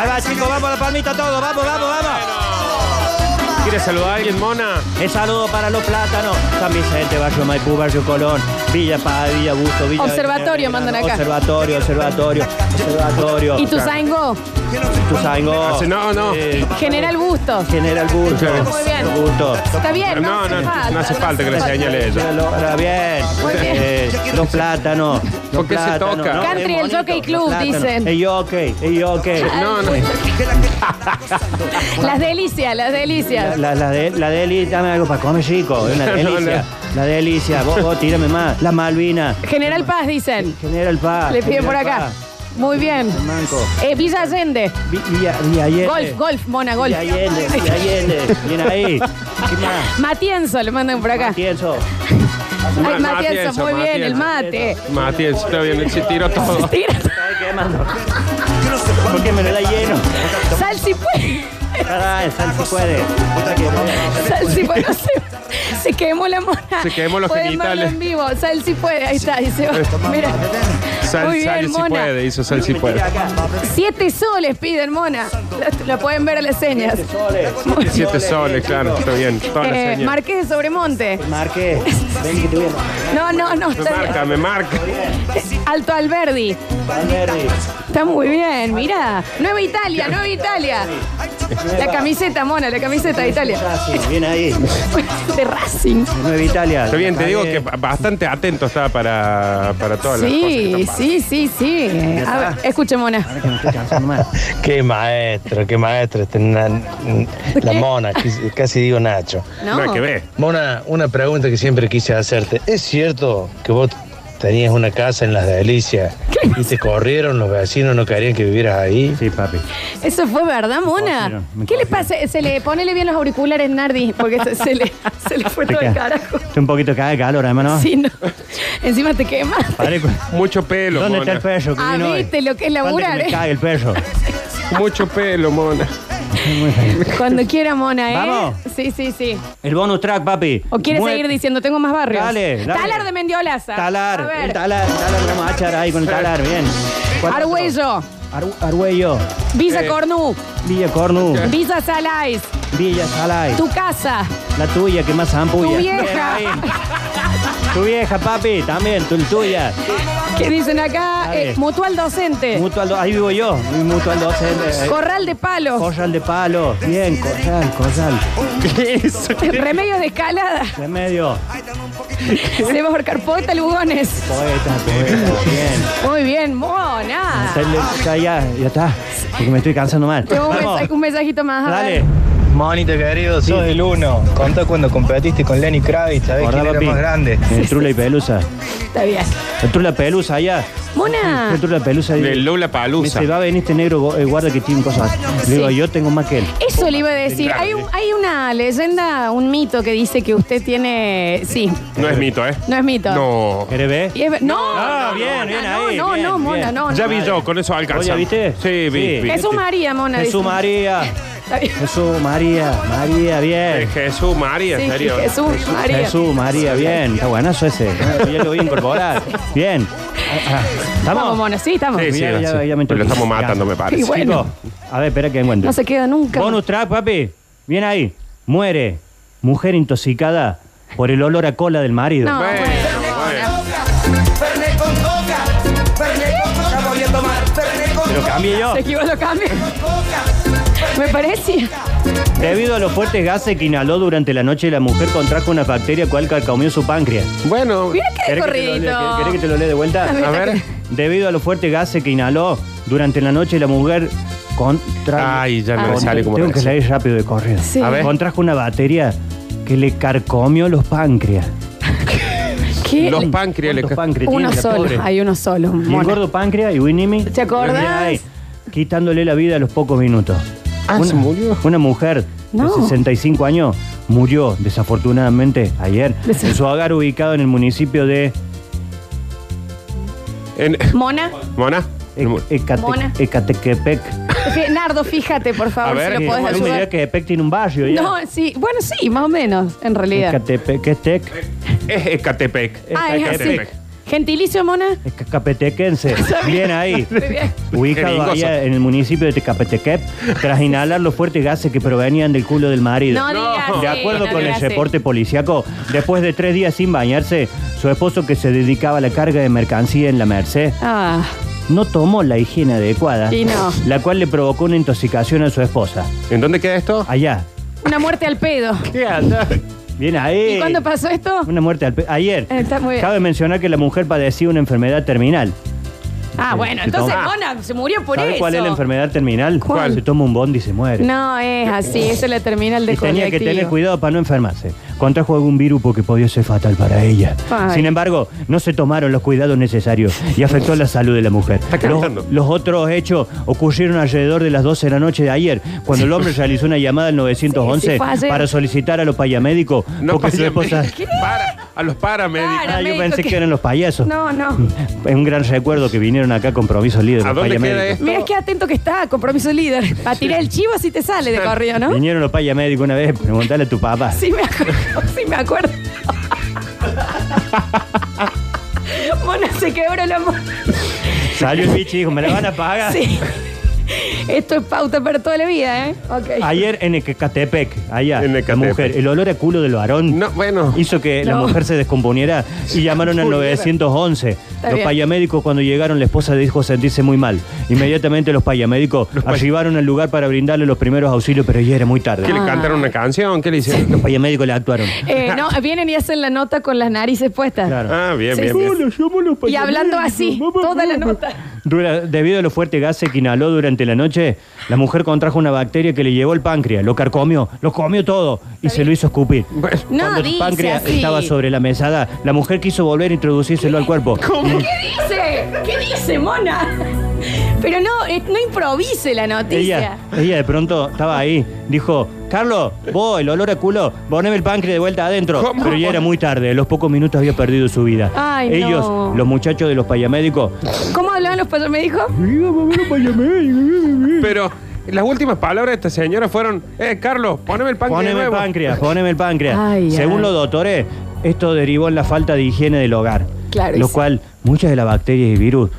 Speaker 2: Ahí va, chicos, vamos a la palmita todo, vamos, vamos, vamos.
Speaker 3: ¿Quieres saludar a alguien, Mona?
Speaker 2: El saludo para los plátanos. San Vicente, Barrio Maipú, Barrio Colón, Villa Paz, Villa Busto, Villa.
Speaker 1: Observatorio, mandan acá.
Speaker 2: Observatorio, observatorio, observatorio.
Speaker 1: ¿Y tu sango?
Speaker 2: Tusango.
Speaker 3: Hace- no, no.
Speaker 2: Eh,
Speaker 1: General Bustos.
Speaker 2: General Busto.
Speaker 1: Muy bien.
Speaker 2: Busto.
Speaker 1: Está bien,
Speaker 3: No,
Speaker 1: no,
Speaker 3: no, no hace falta que le señale eso.
Speaker 2: Se logra bien.
Speaker 1: Muy bien.
Speaker 2: Eh, los plátanos. Los
Speaker 3: ¿Por qué se
Speaker 2: plátanos,
Speaker 3: toca?
Speaker 1: Country, el
Speaker 2: Es bonito,
Speaker 1: Jockey Club,
Speaker 2: los plátanos.
Speaker 1: dicen.
Speaker 2: El jockey, el jockey.
Speaker 3: No, no.
Speaker 1: Las delicias, las delicias.
Speaker 2: La, la, de, la deli, dame algo para comer, chico. Es una
Speaker 3: No,
Speaker 2: delicia. La delicia. Vos, vos, tírame más. La Malvina.
Speaker 1: General Paz, dicen.
Speaker 2: General Paz.
Speaker 1: Le piden por
Speaker 2: General
Speaker 1: acá.
Speaker 2: Paz.
Speaker 1: Muy bien.
Speaker 2: Manco.
Speaker 1: Eh, Villa Allende.
Speaker 2: Vi- Villa, Villa Allende.
Speaker 1: Golf, golf, mona, golf.
Speaker 2: Villa Allende, Villa Allende. Bien ahí. ¿Qué más?
Speaker 1: Matienzo, le mandan por acá.
Speaker 2: Pienso.
Speaker 1: Ay, Matienzo,
Speaker 3: Matienzo,
Speaker 1: muy bien, el mate.
Speaker 2: Matienzo.
Speaker 3: Matías, está bien, se tiró todo.
Speaker 1: Tira,
Speaker 2: Está quemando. ¿Por qué me lo da lleno?
Speaker 1: sal si puede.
Speaker 2: Caray, sal si puede.
Speaker 1: Sal si puede. No se, se quemó la mona.
Speaker 3: Se quemó los
Speaker 1: Pueden verlo
Speaker 3: genitales.
Speaker 1: en vivo. Sal si puede. Ahí está, ahí se va. Mira.
Speaker 3: Sal,
Speaker 1: Muy
Speaker 3: sal
Speaker 1: bien,
Speaker 3: si
Speaker 1: mona.
Speaker 3: puede, hizo sal si puede.
Speaker 1: Siete soles piden, mona. La, la pueden ver a las señas.
Speaker 2: Este Soles.
Speaker 3: Siete soles, claro, está bien. Todas las
Speaker 1: Eh,
Speaker 3: señas.
Speaker 1: Marqués de Sobremonte.
Speaker 2: Marqué. Ven que te voy
Speaker 1: No, no, no.
Speaker 3: Me
Speaker 1: está bien.
Speaker 3: marca, me marca.
Speaker 1: Alto Alberdi.
Speaker 2: a Valverde.
Speaker 1: Está muy bien, mira. Nueva Italia, Nueva Italia. La camiseta, mona, la camiseta de Italia.
Speaker 2: Racing, Bien ahí.
Speaker 1: De Racing.
Speaker 2: Nueva Italia.
Speaker 3: Está bien, te digo que bastante atento estaba para, para todas las cosas. que
Speaker 1: Sí,
Speaker 3: están pasando.
Speaker 1: sí, sí, sí. A ver, escuche, mona.
Speaker 2: Que me estoy cansando más.
Speaker 9: Qué maestro, qué maestro. este na- la mona, quis- casi digo Nacho.
Speaker 3: Nada
Speaker 1: No.
Speaker 3: que ver.
Speaker 9: Mona, una pregunta que siempre quise hacerte. ¿Es cierto que vos tenías una casa en Las Delicias y te corrieron los vecinos, no querían que vivieras ahí?
Speaker 2: Sí, papi.
Speaker 1: Eso fue verdad, mona.
Speaker 2: confío, me
Speaker 1: ¿Qué le
Speaker 2: confío.
Speaker 1: pasa? Se le ponele bien los auriculares, Nardi, porque se, se le, se le fue todo el carajo.
Speaker 2: Estoy un poquito acá de calor, hermano.
Speaker 1: Sí, no. Encima te quema.
Speaker 2: Parezco-
Speaker 3: Mucho pelo,
Speaker 2: ¿Dónde está
Speaker 3: mona.
Speaker 2: el perro que
Speaker 1: Ah,
Speaker 2: vino hoy?
Speaker 1: viste lo que es
Speaker 2: Falta
Speaker 1: laburar,
Speaker 2: que me
Speaker 1: eh.
Speaker 2: cague el perro.
Speaker 3: Mucho pelo, mona.
Speaker 1: Cuando quiera, mona, ¿eh?
Speaker 2: Vamos.
Speaker 1: Sí, sí, sí.
Speaker 2: El bonus track, papi.
Speaker 1: O quiere
Speaker 2: Mue-
Speaker 1: seguir diciendo, tengo más barrios.
Speaker 2: Dale, dale.
Speaker 1: Talar de Mendiolaza.
Speaker 2: Talar,
Speaker 1: A
Speaker 2: el
Speaker 1: ver.
Speaker 2: talar, el talar, vamos a achar ahí con el talar, bien. ¿Cuál otro?
Speaker 1: Argüello,
Speaker 2: Aru- Argüello,
Speaker 1: Villa
Speaker 3: Eh.
Speaker 1: Cornu,
Speaker 2: Villa Cornu,
Speaker 1: Villa Salais,
Speaker 2: Villa Salay,
Speaker 1: tu casa,
Speaker 2: la tuya que más ampulla.
Speaker 1: tu vieja.
Speaker 2: Bien ahí. Tu vieja, papi, también, tu tuya.
Speaker 1: ¿Qué dicen acá?
Speaker 2: Dale.
Speaker 1: Eh, mutual docente,
Speaker 2: Mutual, do- ahí vivo yo, mi mutual docente. eh.
Speaker 1: corral de palo,
Speaker 2: Corral de palo, bien, corral, corral.
Speaker 3: ¿Qué es eso?
Speaker 1: remedios de escalada,
Speaker 2: Remedio,
Speaker 1: Sebas Orcarpota, Lugones.
Speaker 2: poeta, poeta, bien.
Speaker 1: Muy bien, mona.
Speaker 2: Está- está ya, ah, ya está, porque me estoy cansando mal.
Speaker 1: Tengo un,
Speaker 2: Vamos,
Speaker 1: mensaje- un mensajito más. a ver.
Speaker 2: dale.
Speaker 9: Monito querido, sos el uno. Contá cuando competiste con Lenny Kravitz, ¿sabés
Speaker 2: Acordá,
Speaker 9: quién era
Speaker 2: papi.
Speaker 9: más grande?
Speaker 2: Eh, Trula y pelusa.
Speaker 1: Está bien.
Speaker 2: El Trula pelusa ah. allá.
Speaker 1: Mona,
Speaker 2: El Trula pelusa.
Speaker 3: De Lola
Speaker 2: Me
Speaker 3: Palusa.
Speaker 2: dice, va a venir este negro gu- eh, guarda que tiene cosas. Le digo,
Speaker 1: Sí.
Speaker 2: yo tengo más que él.
Speaker 1: eso le iba a decir. Hay, un- hay una leyenda, un mito que dice que usted tiene. Sí,
Speaker 3: No es mito, ¿eh?
Speaker 1: no es mito.
Speaker 3: No.
Speaker 2: ¿Querés ver?
Speaker 1: Y es ver- No,
Speaker 2: Ah,
Speaker 1: no,
Speaker 2: bien,
Speaker 1: mona,
Speaker 2: bien
Speaker 1: no,
Speaker 2: ahí,
Speaker 1: No,
Speaker 2: bien,
Speaker 1: no, mona,
Speaker 2: bien.
Speaker 1: no. no.
Speaker 3: Ya vi yo, con eso alcanza.
Speaker 2: Oye, ¿viste?
Speaker 3: Sí, vi.
Speaker 2: Sí.
Speaker 3: vi.
Speaker 1: Jesús María, mona.
Speaker 2: Jesús
Speaker 1: dice.
Speaker 2: María.
Speaker 1: Está bien.
Speaker 2: Jesús María. María,
Speaker 3: Eh,
Speaker 2: bien.
Speaker 3: Jesús María,
Speaker 1: Sí,
Speaker 3: en serio.
Speaker 1: Jesús, María.
Speaker 2: Jesús María, bien. Está buenazo ese. Ya lo voy a incorporar. Bien. Ah, ah,
Speaker 1: Vamos,
Speaker 2: ¿Estamos?
Speaker 1: mona, sí, estamos.
Speaker 3: Sí, sí,
Speaker 2: Mira,
Speaker 3: gracias.
Speaker 2: ya- ya me
Speaker 3: Pero lo
Speaker 2: toqué.
Speaker 3: estamos matando, me parece.
Speaker 1: Y bueno.
Speaker 2: Chicos, a ver, espera que encuentro.
Speaker 1: No se queda nunca.
Speaker 2: Bonus track, papi. Bien ahí. Muere. Mujer intoxicada por el olor a cola del marido.
Speaker 1: No,
Speaker 3: Bueno,
Speaker 1: Ah, bueno.
Speaker 3: bueno.
Speaker 2: Se lo cambié yo.
Speaker 1: Se equivocó, lo cambio. Me parece.
Speaker 2: Debido a los fuertes gases que inhaló durante la noche, la mujer contrajo una bacteria cual carcomió su páncreas.
Speaker 3: Bueno,
Speaker 1: Mira qué de
Speaker 2: ¿Querés que te lo lea-
Speaker 1: corridito.
Speaker 2: querés que te lo lea de
Speaker 3: a
Speaker 2: vuelta?
Speaker 3: ver.
Speaker 2: Debido a los fuertes gases que inhaló durante la noche, la mujer contra...
Speaker 3: Ay, ya me
Speaker 1: Ah.
Speaker 3: sale como
Speaker 2: Tengo que
Speaker 3: recién.
Speaker 2: salir rápido de correr.
Speaker 1: Sí.
Speaker 3: A ver.
Speaker 2: Contrajo una bacteria que le carcomió los páncreas.
Speaker 1: ¿Qué?
Speaker 3: Los páncreas le
Speaker 2: ¿Cuántos páncreas
Speaker 1: Uno
Speaker 2: tiene la
Speaker 1: solo,
Speaker 2: pobre?
Speaker 1: hay uno solo.
Speaker 2: Y el
Speaker 1: mona.
Speaker 2: gordo páncreas y Winnie
Speaker 1: ¿Te acordás?
Speaker 2: quitándole la vida a los pocos minutos.
Speaker 3: Ah, ¿se murió?
Speaker 2: Una mujer
Speaker 1: No.
Speaker 2: de 65 años murió desafortunadamente ayer
Speaker 1: Desa-
Speaker 2: en su hogar ubicado en el municipio de
Speaker 3: En-
Speaker 1: Mona,
Speaker 3: Mona.
Speaker 2: E- Ecate-
Speaker 1: Mona.
Speaker 2: Ecatequepec.
Speaker 1: fí- Nardo, fíjate, por favor,
Speaker 3: A ver,
Speaker 1: si
Speaker 2: Eh,
Speaker 1: lo podés
Speaker 2: ¿cómo alguien diría
Speaker 1: ayudar.
Speaker 2: que Epec tiene un barrio ya.
Speaker 1: No, sí, bueno, sí, más o menos, en realidad.
Speaker 2: Ecatepec, ¿qué es Tec?
Speaker 3: Es Ecatepec.
Speaker 1: Ah, es así.
Speaker 3: Ecatepec.
Speaker 1: Gentilicio, mona.
Speaker 2: Es capetequense. Bien ahí.
Speaker 1: bien.
Speaker 2: Ubicado ahí
Speaker 3: Jeringoso.
Speaker 2: en el municipio de Tecapetequep, tras inhalar los fuertes gases que provenían del culo del marido.
Speaker 1: No, digas.
Speaker 2: De acuerdo
Speaker 1: no
Speaker 2: con el
Speaker 1: digas.
Speaker 2: reporte policiaco, después de tres días sin bañarse, su esposo que se dedicaba a la carga de mercancía en la Merced
Speaker 1: Ah,
Speaker 2: no tomó la higiene adecuada,
Speaker 1: Y no.
Speaker 2: la cual le provocó una intoxicación a su esposa.
Speaker 3: ¿En dónde queda esto?
Speaker 2: Allá.
Speaker 1: una muerte al pedo.
Speaker 3: ¿Qué anda?
Speaker 2: Bien ahí.
Speaker 1: ¿Y cuándo pasó esto?
Speaker 2: Una muerte al pe- ayer.
Speaker 1: Eh, está muy bien.
Speaker 2: Cabe mencionar que la mujer padecía una enfermedad terminal.
Speaker 1: Ah, bueno, entonces
Speaker 2: toma.
Speaker 1: Mona se murió por
Speaker 2: ¿Sabe
Speaker 1: eso.
Speaker 2: cuál es la enfermedad terminal?
Speaker 1: ¿Cuál?
Speaker 2: Se toma un bondi y se muere.
Speaker 1: No, es así, eso la termina el de
Speaker 2: Y tenía que
Speaker 1: colectivo.
Speaker 2: tener cuidado para no enfermarse. Contrajo algún virus porque podía ser fatal para ella.
Speaker 1: Ay.
Speaker 2: Sin embargo, no se tomaron los cuidados necesarios y afectó la salud de la mujer.
Speaker 3: cantando.
Speaker 2: Los, los otros hechos ocurrieron alrededor de las 12 de la noche de ayer, cuando el hombre realizó una llamada al
Speaker 1: Sí,
Speaker 2: 911
Speaker 1: sí, fue ayer.
Speaker 2: para solicitar a los payamédicos
Speaker 3: No
Speaker 2: porque su
Speaker 3: pasa
Speaker 2: esposa...
Speaker 3: Para, a los paramédicos.
Speaker 1: Para.
Speaker 2: Ah, yo
Speaker 1: médico
Speaker 2: pensé
Speaker 1: que-
Speaker 2: que... eran los payasos.
Speaker 1: No, no.
Speaker 2: Es un gran recuerdo que vinieron acá a compromiso líder.
Speaker 3: ¿A
Speaker 2: los
Speaker 3: dónde
Speaker 2: payamédicos.
Speaker 3: queda esto?
Speaker 1: Mira qué atento que está, compromiso líder. Para tirar el chivo si te sale de corrido, ¿no?
Speaker 2: Vinieron los payamédicos una vez, preguntale a tu papá.
Speaker 1: Sí me acuerdo, sí me acuerdo. Mona se quebró la mano.
Speaker 2: Salió el bicho y dijo, me la van a pagar.
Speaker 1: Sí. Esto es pauta para toda la vida, ¿eh? Ok.
Speaker 2: Ayer en Ecatepec, allá,
Speaker 3: En
Speaker 2: la
Speaker 3: Ecatepec.
Speaker 2: mujer, el olor a culo del varón
Speaker 3: No, bueno.
Speaker 2: hizo que la
Speaker 1: No.
Speaker 2: mujer se descomponiera y llamaron al 911. Los
Speaker 1: bien.
Speaker 2: payamédicos cuando llegaron la esposa dijo sentirse muy mal. Inmediatamente los payamédicos arribaron al lugar para brindarle los primeros auxilios, pero ya era muy
Speaker 3: ¿Qué
Speaker 1: Ah.
Speaker 2: tarde.
Speaker 3: le cantaron una canción? ¿Qué le hicieron?
Speaker 2: Los payamédicos le actuaron.
Speaker 1: Eh, no, vienen y hacen la nota con las narices puestas.
Speaker 2: Claro.
Speaker 3: Ah, bien,
Speaker 1: Sí,
Speaker 3: bien,
Speaker 1: sí.
Speaker 3: bien.
Speaker 1: Y hablando así, toda la nota.
Speaker 2: Dura- debido a los fuertes gases que inhaló durante la noche, la mujer contrajo una bacteria que le llevó el páncreas, lo carcomió, lo comió todo y se lo hizo escupir.
Speaker 3: Bueno,
Speaker 1: No,
Speaker 2: Cuando el
Speaker 1: dice
Speaker 2: páncreas
Speaker 1: así.
Speaker 2: estaba sobre la mesada, la mujer quiso volver a introducírselo al cuerpo.
Speaker 1: ¿Qué dice? ¿Qué dice, mona? Pero no, eh, no improvise la noticia.
Speaker 2: Ella, ella de pronto estaba ahí, dijo, Carlos, vos, el olor a culo, poneme el páncreas de vuelta adentro.
Speaker 3: ¿Cómo?
Speaker 2: Pero ya era muy tarde, a los pocos minutos había perdido su vida.
Speaker 1: Ay,
Speaker 2: Ellos,
Speaker 1: no.
Speaker 2: los muchachos de los payamédicos,
Speaker 1: ¿Cómo hablaban los payasos? ¿Me dijo?
Speaker 3: Pero las últimas palabras de esta señora fueron: Eh, Carlos, poneme el pan de
Speaker 2: Poneme el
Speaker 3: nuevo.
Speaker 2: páncreas, poneme el páncreas.
Speaker 1: Ay,
Speaker 2: Según
Speaker 1: ay.
Speaker 2: los doctores, esto derivó en la falta de higiene del hogar.
Speaker 1: Claro, y
Speaker 2: Lo
Speaker 1: sí.
Speaker 2: cual, muchas de las bacterias y virus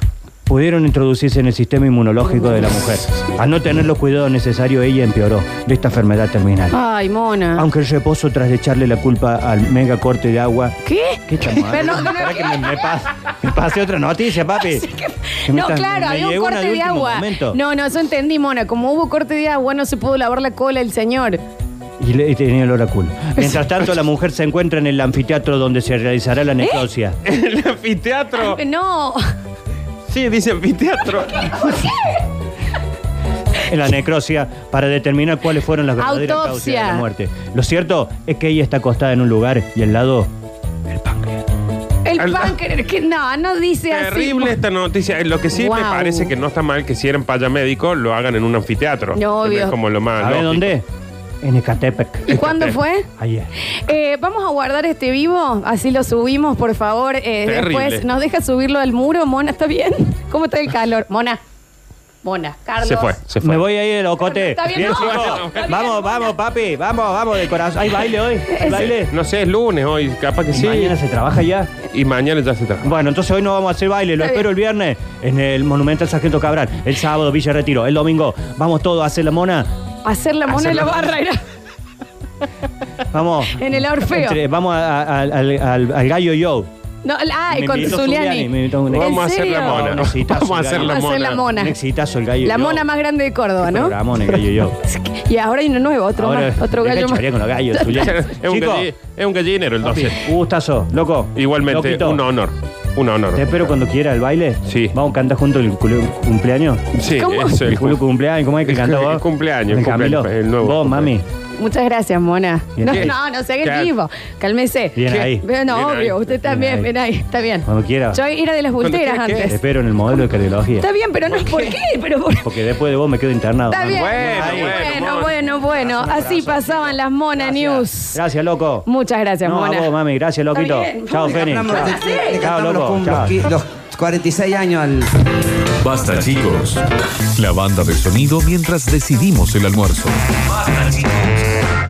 Speaker 2: pudieron introducirse en el sistema inmunológico de la mujer. Al no tener los cuidados necesarios, ella empeoró de esta enfermedad terminal.
Speaker 1: Ay, mona.
Speaker 2: Aunque el reposo tras echarle la culpa al mega corte de agua...
Speaker 1: ¿Qué?
Speaker 2: ¿Qué estamos
Speaker 1: Pero no,
Speaker 2: hablando?
Speaker 1: no,
Speaker 2: Espera que me, me pas- me pasé otra noticia, papi. Que me
Speaker 1: No,
Speaker 2: estás-
Speaker 1: claro,
Speaker 2: me
Speaker 1: había un
Speaker 2: llegó una
Speaker 1: corte de
Speaker 2: último
Speaker 1: agua.
Speaker 2: momento.
Speaker 1: No, no, eso entendí, mona. Como hubo corte de agua, no se pudo lavar la cola el señor.
Speaker 2: Y, le, y tenía el oráculo. Mientras tanto, la mujer se encuentra en el anfiteatro donde se realizará
Speaker 1: ¿Eh?
Speaker 2: la necrosia.
Speaker 3: El anfiteatro.
Speaker 1: No.
Speaker 3: Sí, dice anfiteatro.
Speaker 2: En la necrosia para determinar cuáles fueron las verdaderas
Speaker 1: Autopsia.
Speaker 2: causas de la muerte. Lo cierto es que ella está acostada en un lugar y al lado.
Speaker 1: El
Speaker 3: Al-
Speaker 1: páncreas. que- No, no dice así.
Speaker 3: Terrible esta noticia. Lo que sí me
Speaker 1: Guau.
Speaker 3: parece que no está mal que si eran payamédicos lo hagan en un anfiteatro.
Speaker 1: No, obvio.
Speaker 3: Es como lo más.
Speaker 2: ¿Sabe
Speaker 3: lógico.
Speaker 2: dónde? En Ecatepec.
Speaker 1: ¿Y cuándo fue?
Speaker 2: Ayer.
Speaker 1: Eh, vamos a guardar este vivo, así lo subimos, por favor. Eh,
Speaker 3: Terrible.
Speaker 1: después, ¿nos deja subirlo al muro, Mona? ¿Está bien? ¿Cómo está el calor? Mona. Mona, Carlos.
Speaker 3: Se fue, se fue.
Speaker 2: Me voy a ir, locote.
Speaker 1: Está bien, no.
Speaker 2: chicos.
Speaker 1: Está bien,
Speaker 2: Vamos, vamos, papi. Vamos, vamos, de corazón. ¿Hay baile hoy? ¿Hay baile?
Speaker 3: No sé, es lunes hoy, capaz que sí.
Speaker 2: Mañana se trabaja ya.
Speaker 3: Y mañana ya se trabaja.
Speaker 2: Bueno, entonces hoy no vamos a hacer baile, lo
Speaker 1: Está
Speaker 2: espero el viernes en el Monumento al Sargento Cabral, el sábado Villa Retiro, el domingo vamos todos a hacer la mona,
Speaker 1: Hacer la Mona en la barra era
Speaker 2: vamos
Speaker 1: en el Orfeo.
Speaker 2: entre- vamos a- a- al- al, al- al gallo yo.
Speaker 1: No, la- ah,
Speaker 2: Me
Speaker 1: con
Speaker 2: invitó
Speaker 1: Zuliani.
Speaker 2: Zuliani, me invitó un-
Speaker 1: ¿En
Speaker 3: Vamos a hacer la
Speaker 1: serio?
Speaker 3: mona.
Speaker 2: No, necesitas
Speaker 3: Vamos
Speaker 2: un
Speaker 3: a hacer
Speaker 2: gallo.
Speaker 3: la
Speaker 1: Vamos a hacer
Speaker 3: mona.
Speaker 1: la mona.
Speaker 2: Un exitazo el gallo
Speaker 1: La
Speaker 2: yo.
Speaker 1: mona más grande de Córdoba, ¿no?
Speaker 2: Ramón, el gallo yo.
Speaker 1: Y ahora hay uno nuevo, otro
Speaker 2: Ahora,
Speaker 1: más, otro
Speaker 2: deja
Speaker 1: gallo más.
Speaker 2: chorear con los gallos, Zuliani.
Speaker 3: Es un,
Speaker 2: Chicos,
Speaker 3: galli- es un gallinero el 12.
Speaker 2: un gustazo, loco.
Speaker 3: Igualmente,
Speaker 2: Loquito,
Speaker 3: un honor. Un honor.
Speaker 2: Te espero cuando quiera el baile.
Speaker 3: Sí.
Speaker 2: Vamos a cantar juntos el cul- cumpleaños.
Speaker 3: Sí,
Speaker 1: ¿Cómo?
Speaker 3: eso,
Speaker 2: El,
Speaker 3: el
Speaker 2: culo cumpleaños, ¿cómo es que
Speaker 3: el-
Speaker 2: cantó vos?
Speaker 3: el cumpleaños,
Speaker 2: El
Speaker 3: el cumpleaños, pues,
Speaker 2: Camilo.
Speaker 3: el nuevo
Speaker 2: Vos, mami.
Speaker 3: cumpleaños.
Speaker 1: Muchas gracias, Mona.
Speaker 2: Bien
Speaker 1: No,
Speaker 2: ahí.
Speaker 1: no, no se haga
Speaker 3: Claro.
Speaker 1: el vivo. Cálmese.
Speaker 2: Bien
Speaker 1: ¿Qué?
Speaker 2: ahí.
Speaker 1: Pero No,
Speaker 3: Bien
Speaker 1: obvio,
Speaker 3: ahí.
Speaker 1: usted también,
Speaker 2: ahí.
Speaker 1: ven ahí, está bien.
Speaker 2: Cuando quiera.
Speaker 1: Yo era de las
Speaker 3: Cuando
Speaker 1: bulteras
Speaker 3: quiera, ¿qué?
Speaker 2: Te
Speaker 1: antes.
Speaker 2: espero en el modelo de cardiología.
Speaker 1: Está bien, pero no es por qué, pero por-
Speaker 2: Porque después de vos me quedo internado.
Speaker 1: Está
Speaker 2: mami.
Speaker 1: bien.
Speaker 3: Bueno, bueno,
Speaker 1: bueno,
Speaker 3: Mona.
Speaker 1: bueno, bueno. Así pasaban las Mona News.
Speaker 2: Gracias, loco.
Speaker 1: Muchas gracias,
Speaker 2: No, a
Speaker 1: Mona.
Speaker 2: vos, mami. Gracias,
Speaker 1: Está
Speaker 2: loquito.
Speaker 1: bien,
Speaker 2: Chao,
Speaker 1: Mona.
Speaker 2: Feni.
Speaker 1: Hablamos de- de-
Speaker 2: Chao. Chao, loco. Chao.
Speaker 5: los 46 años al...
Speaker 4: Basta chicos. La banda de sonido mientras decidimos el almuerzo. Basta chicos.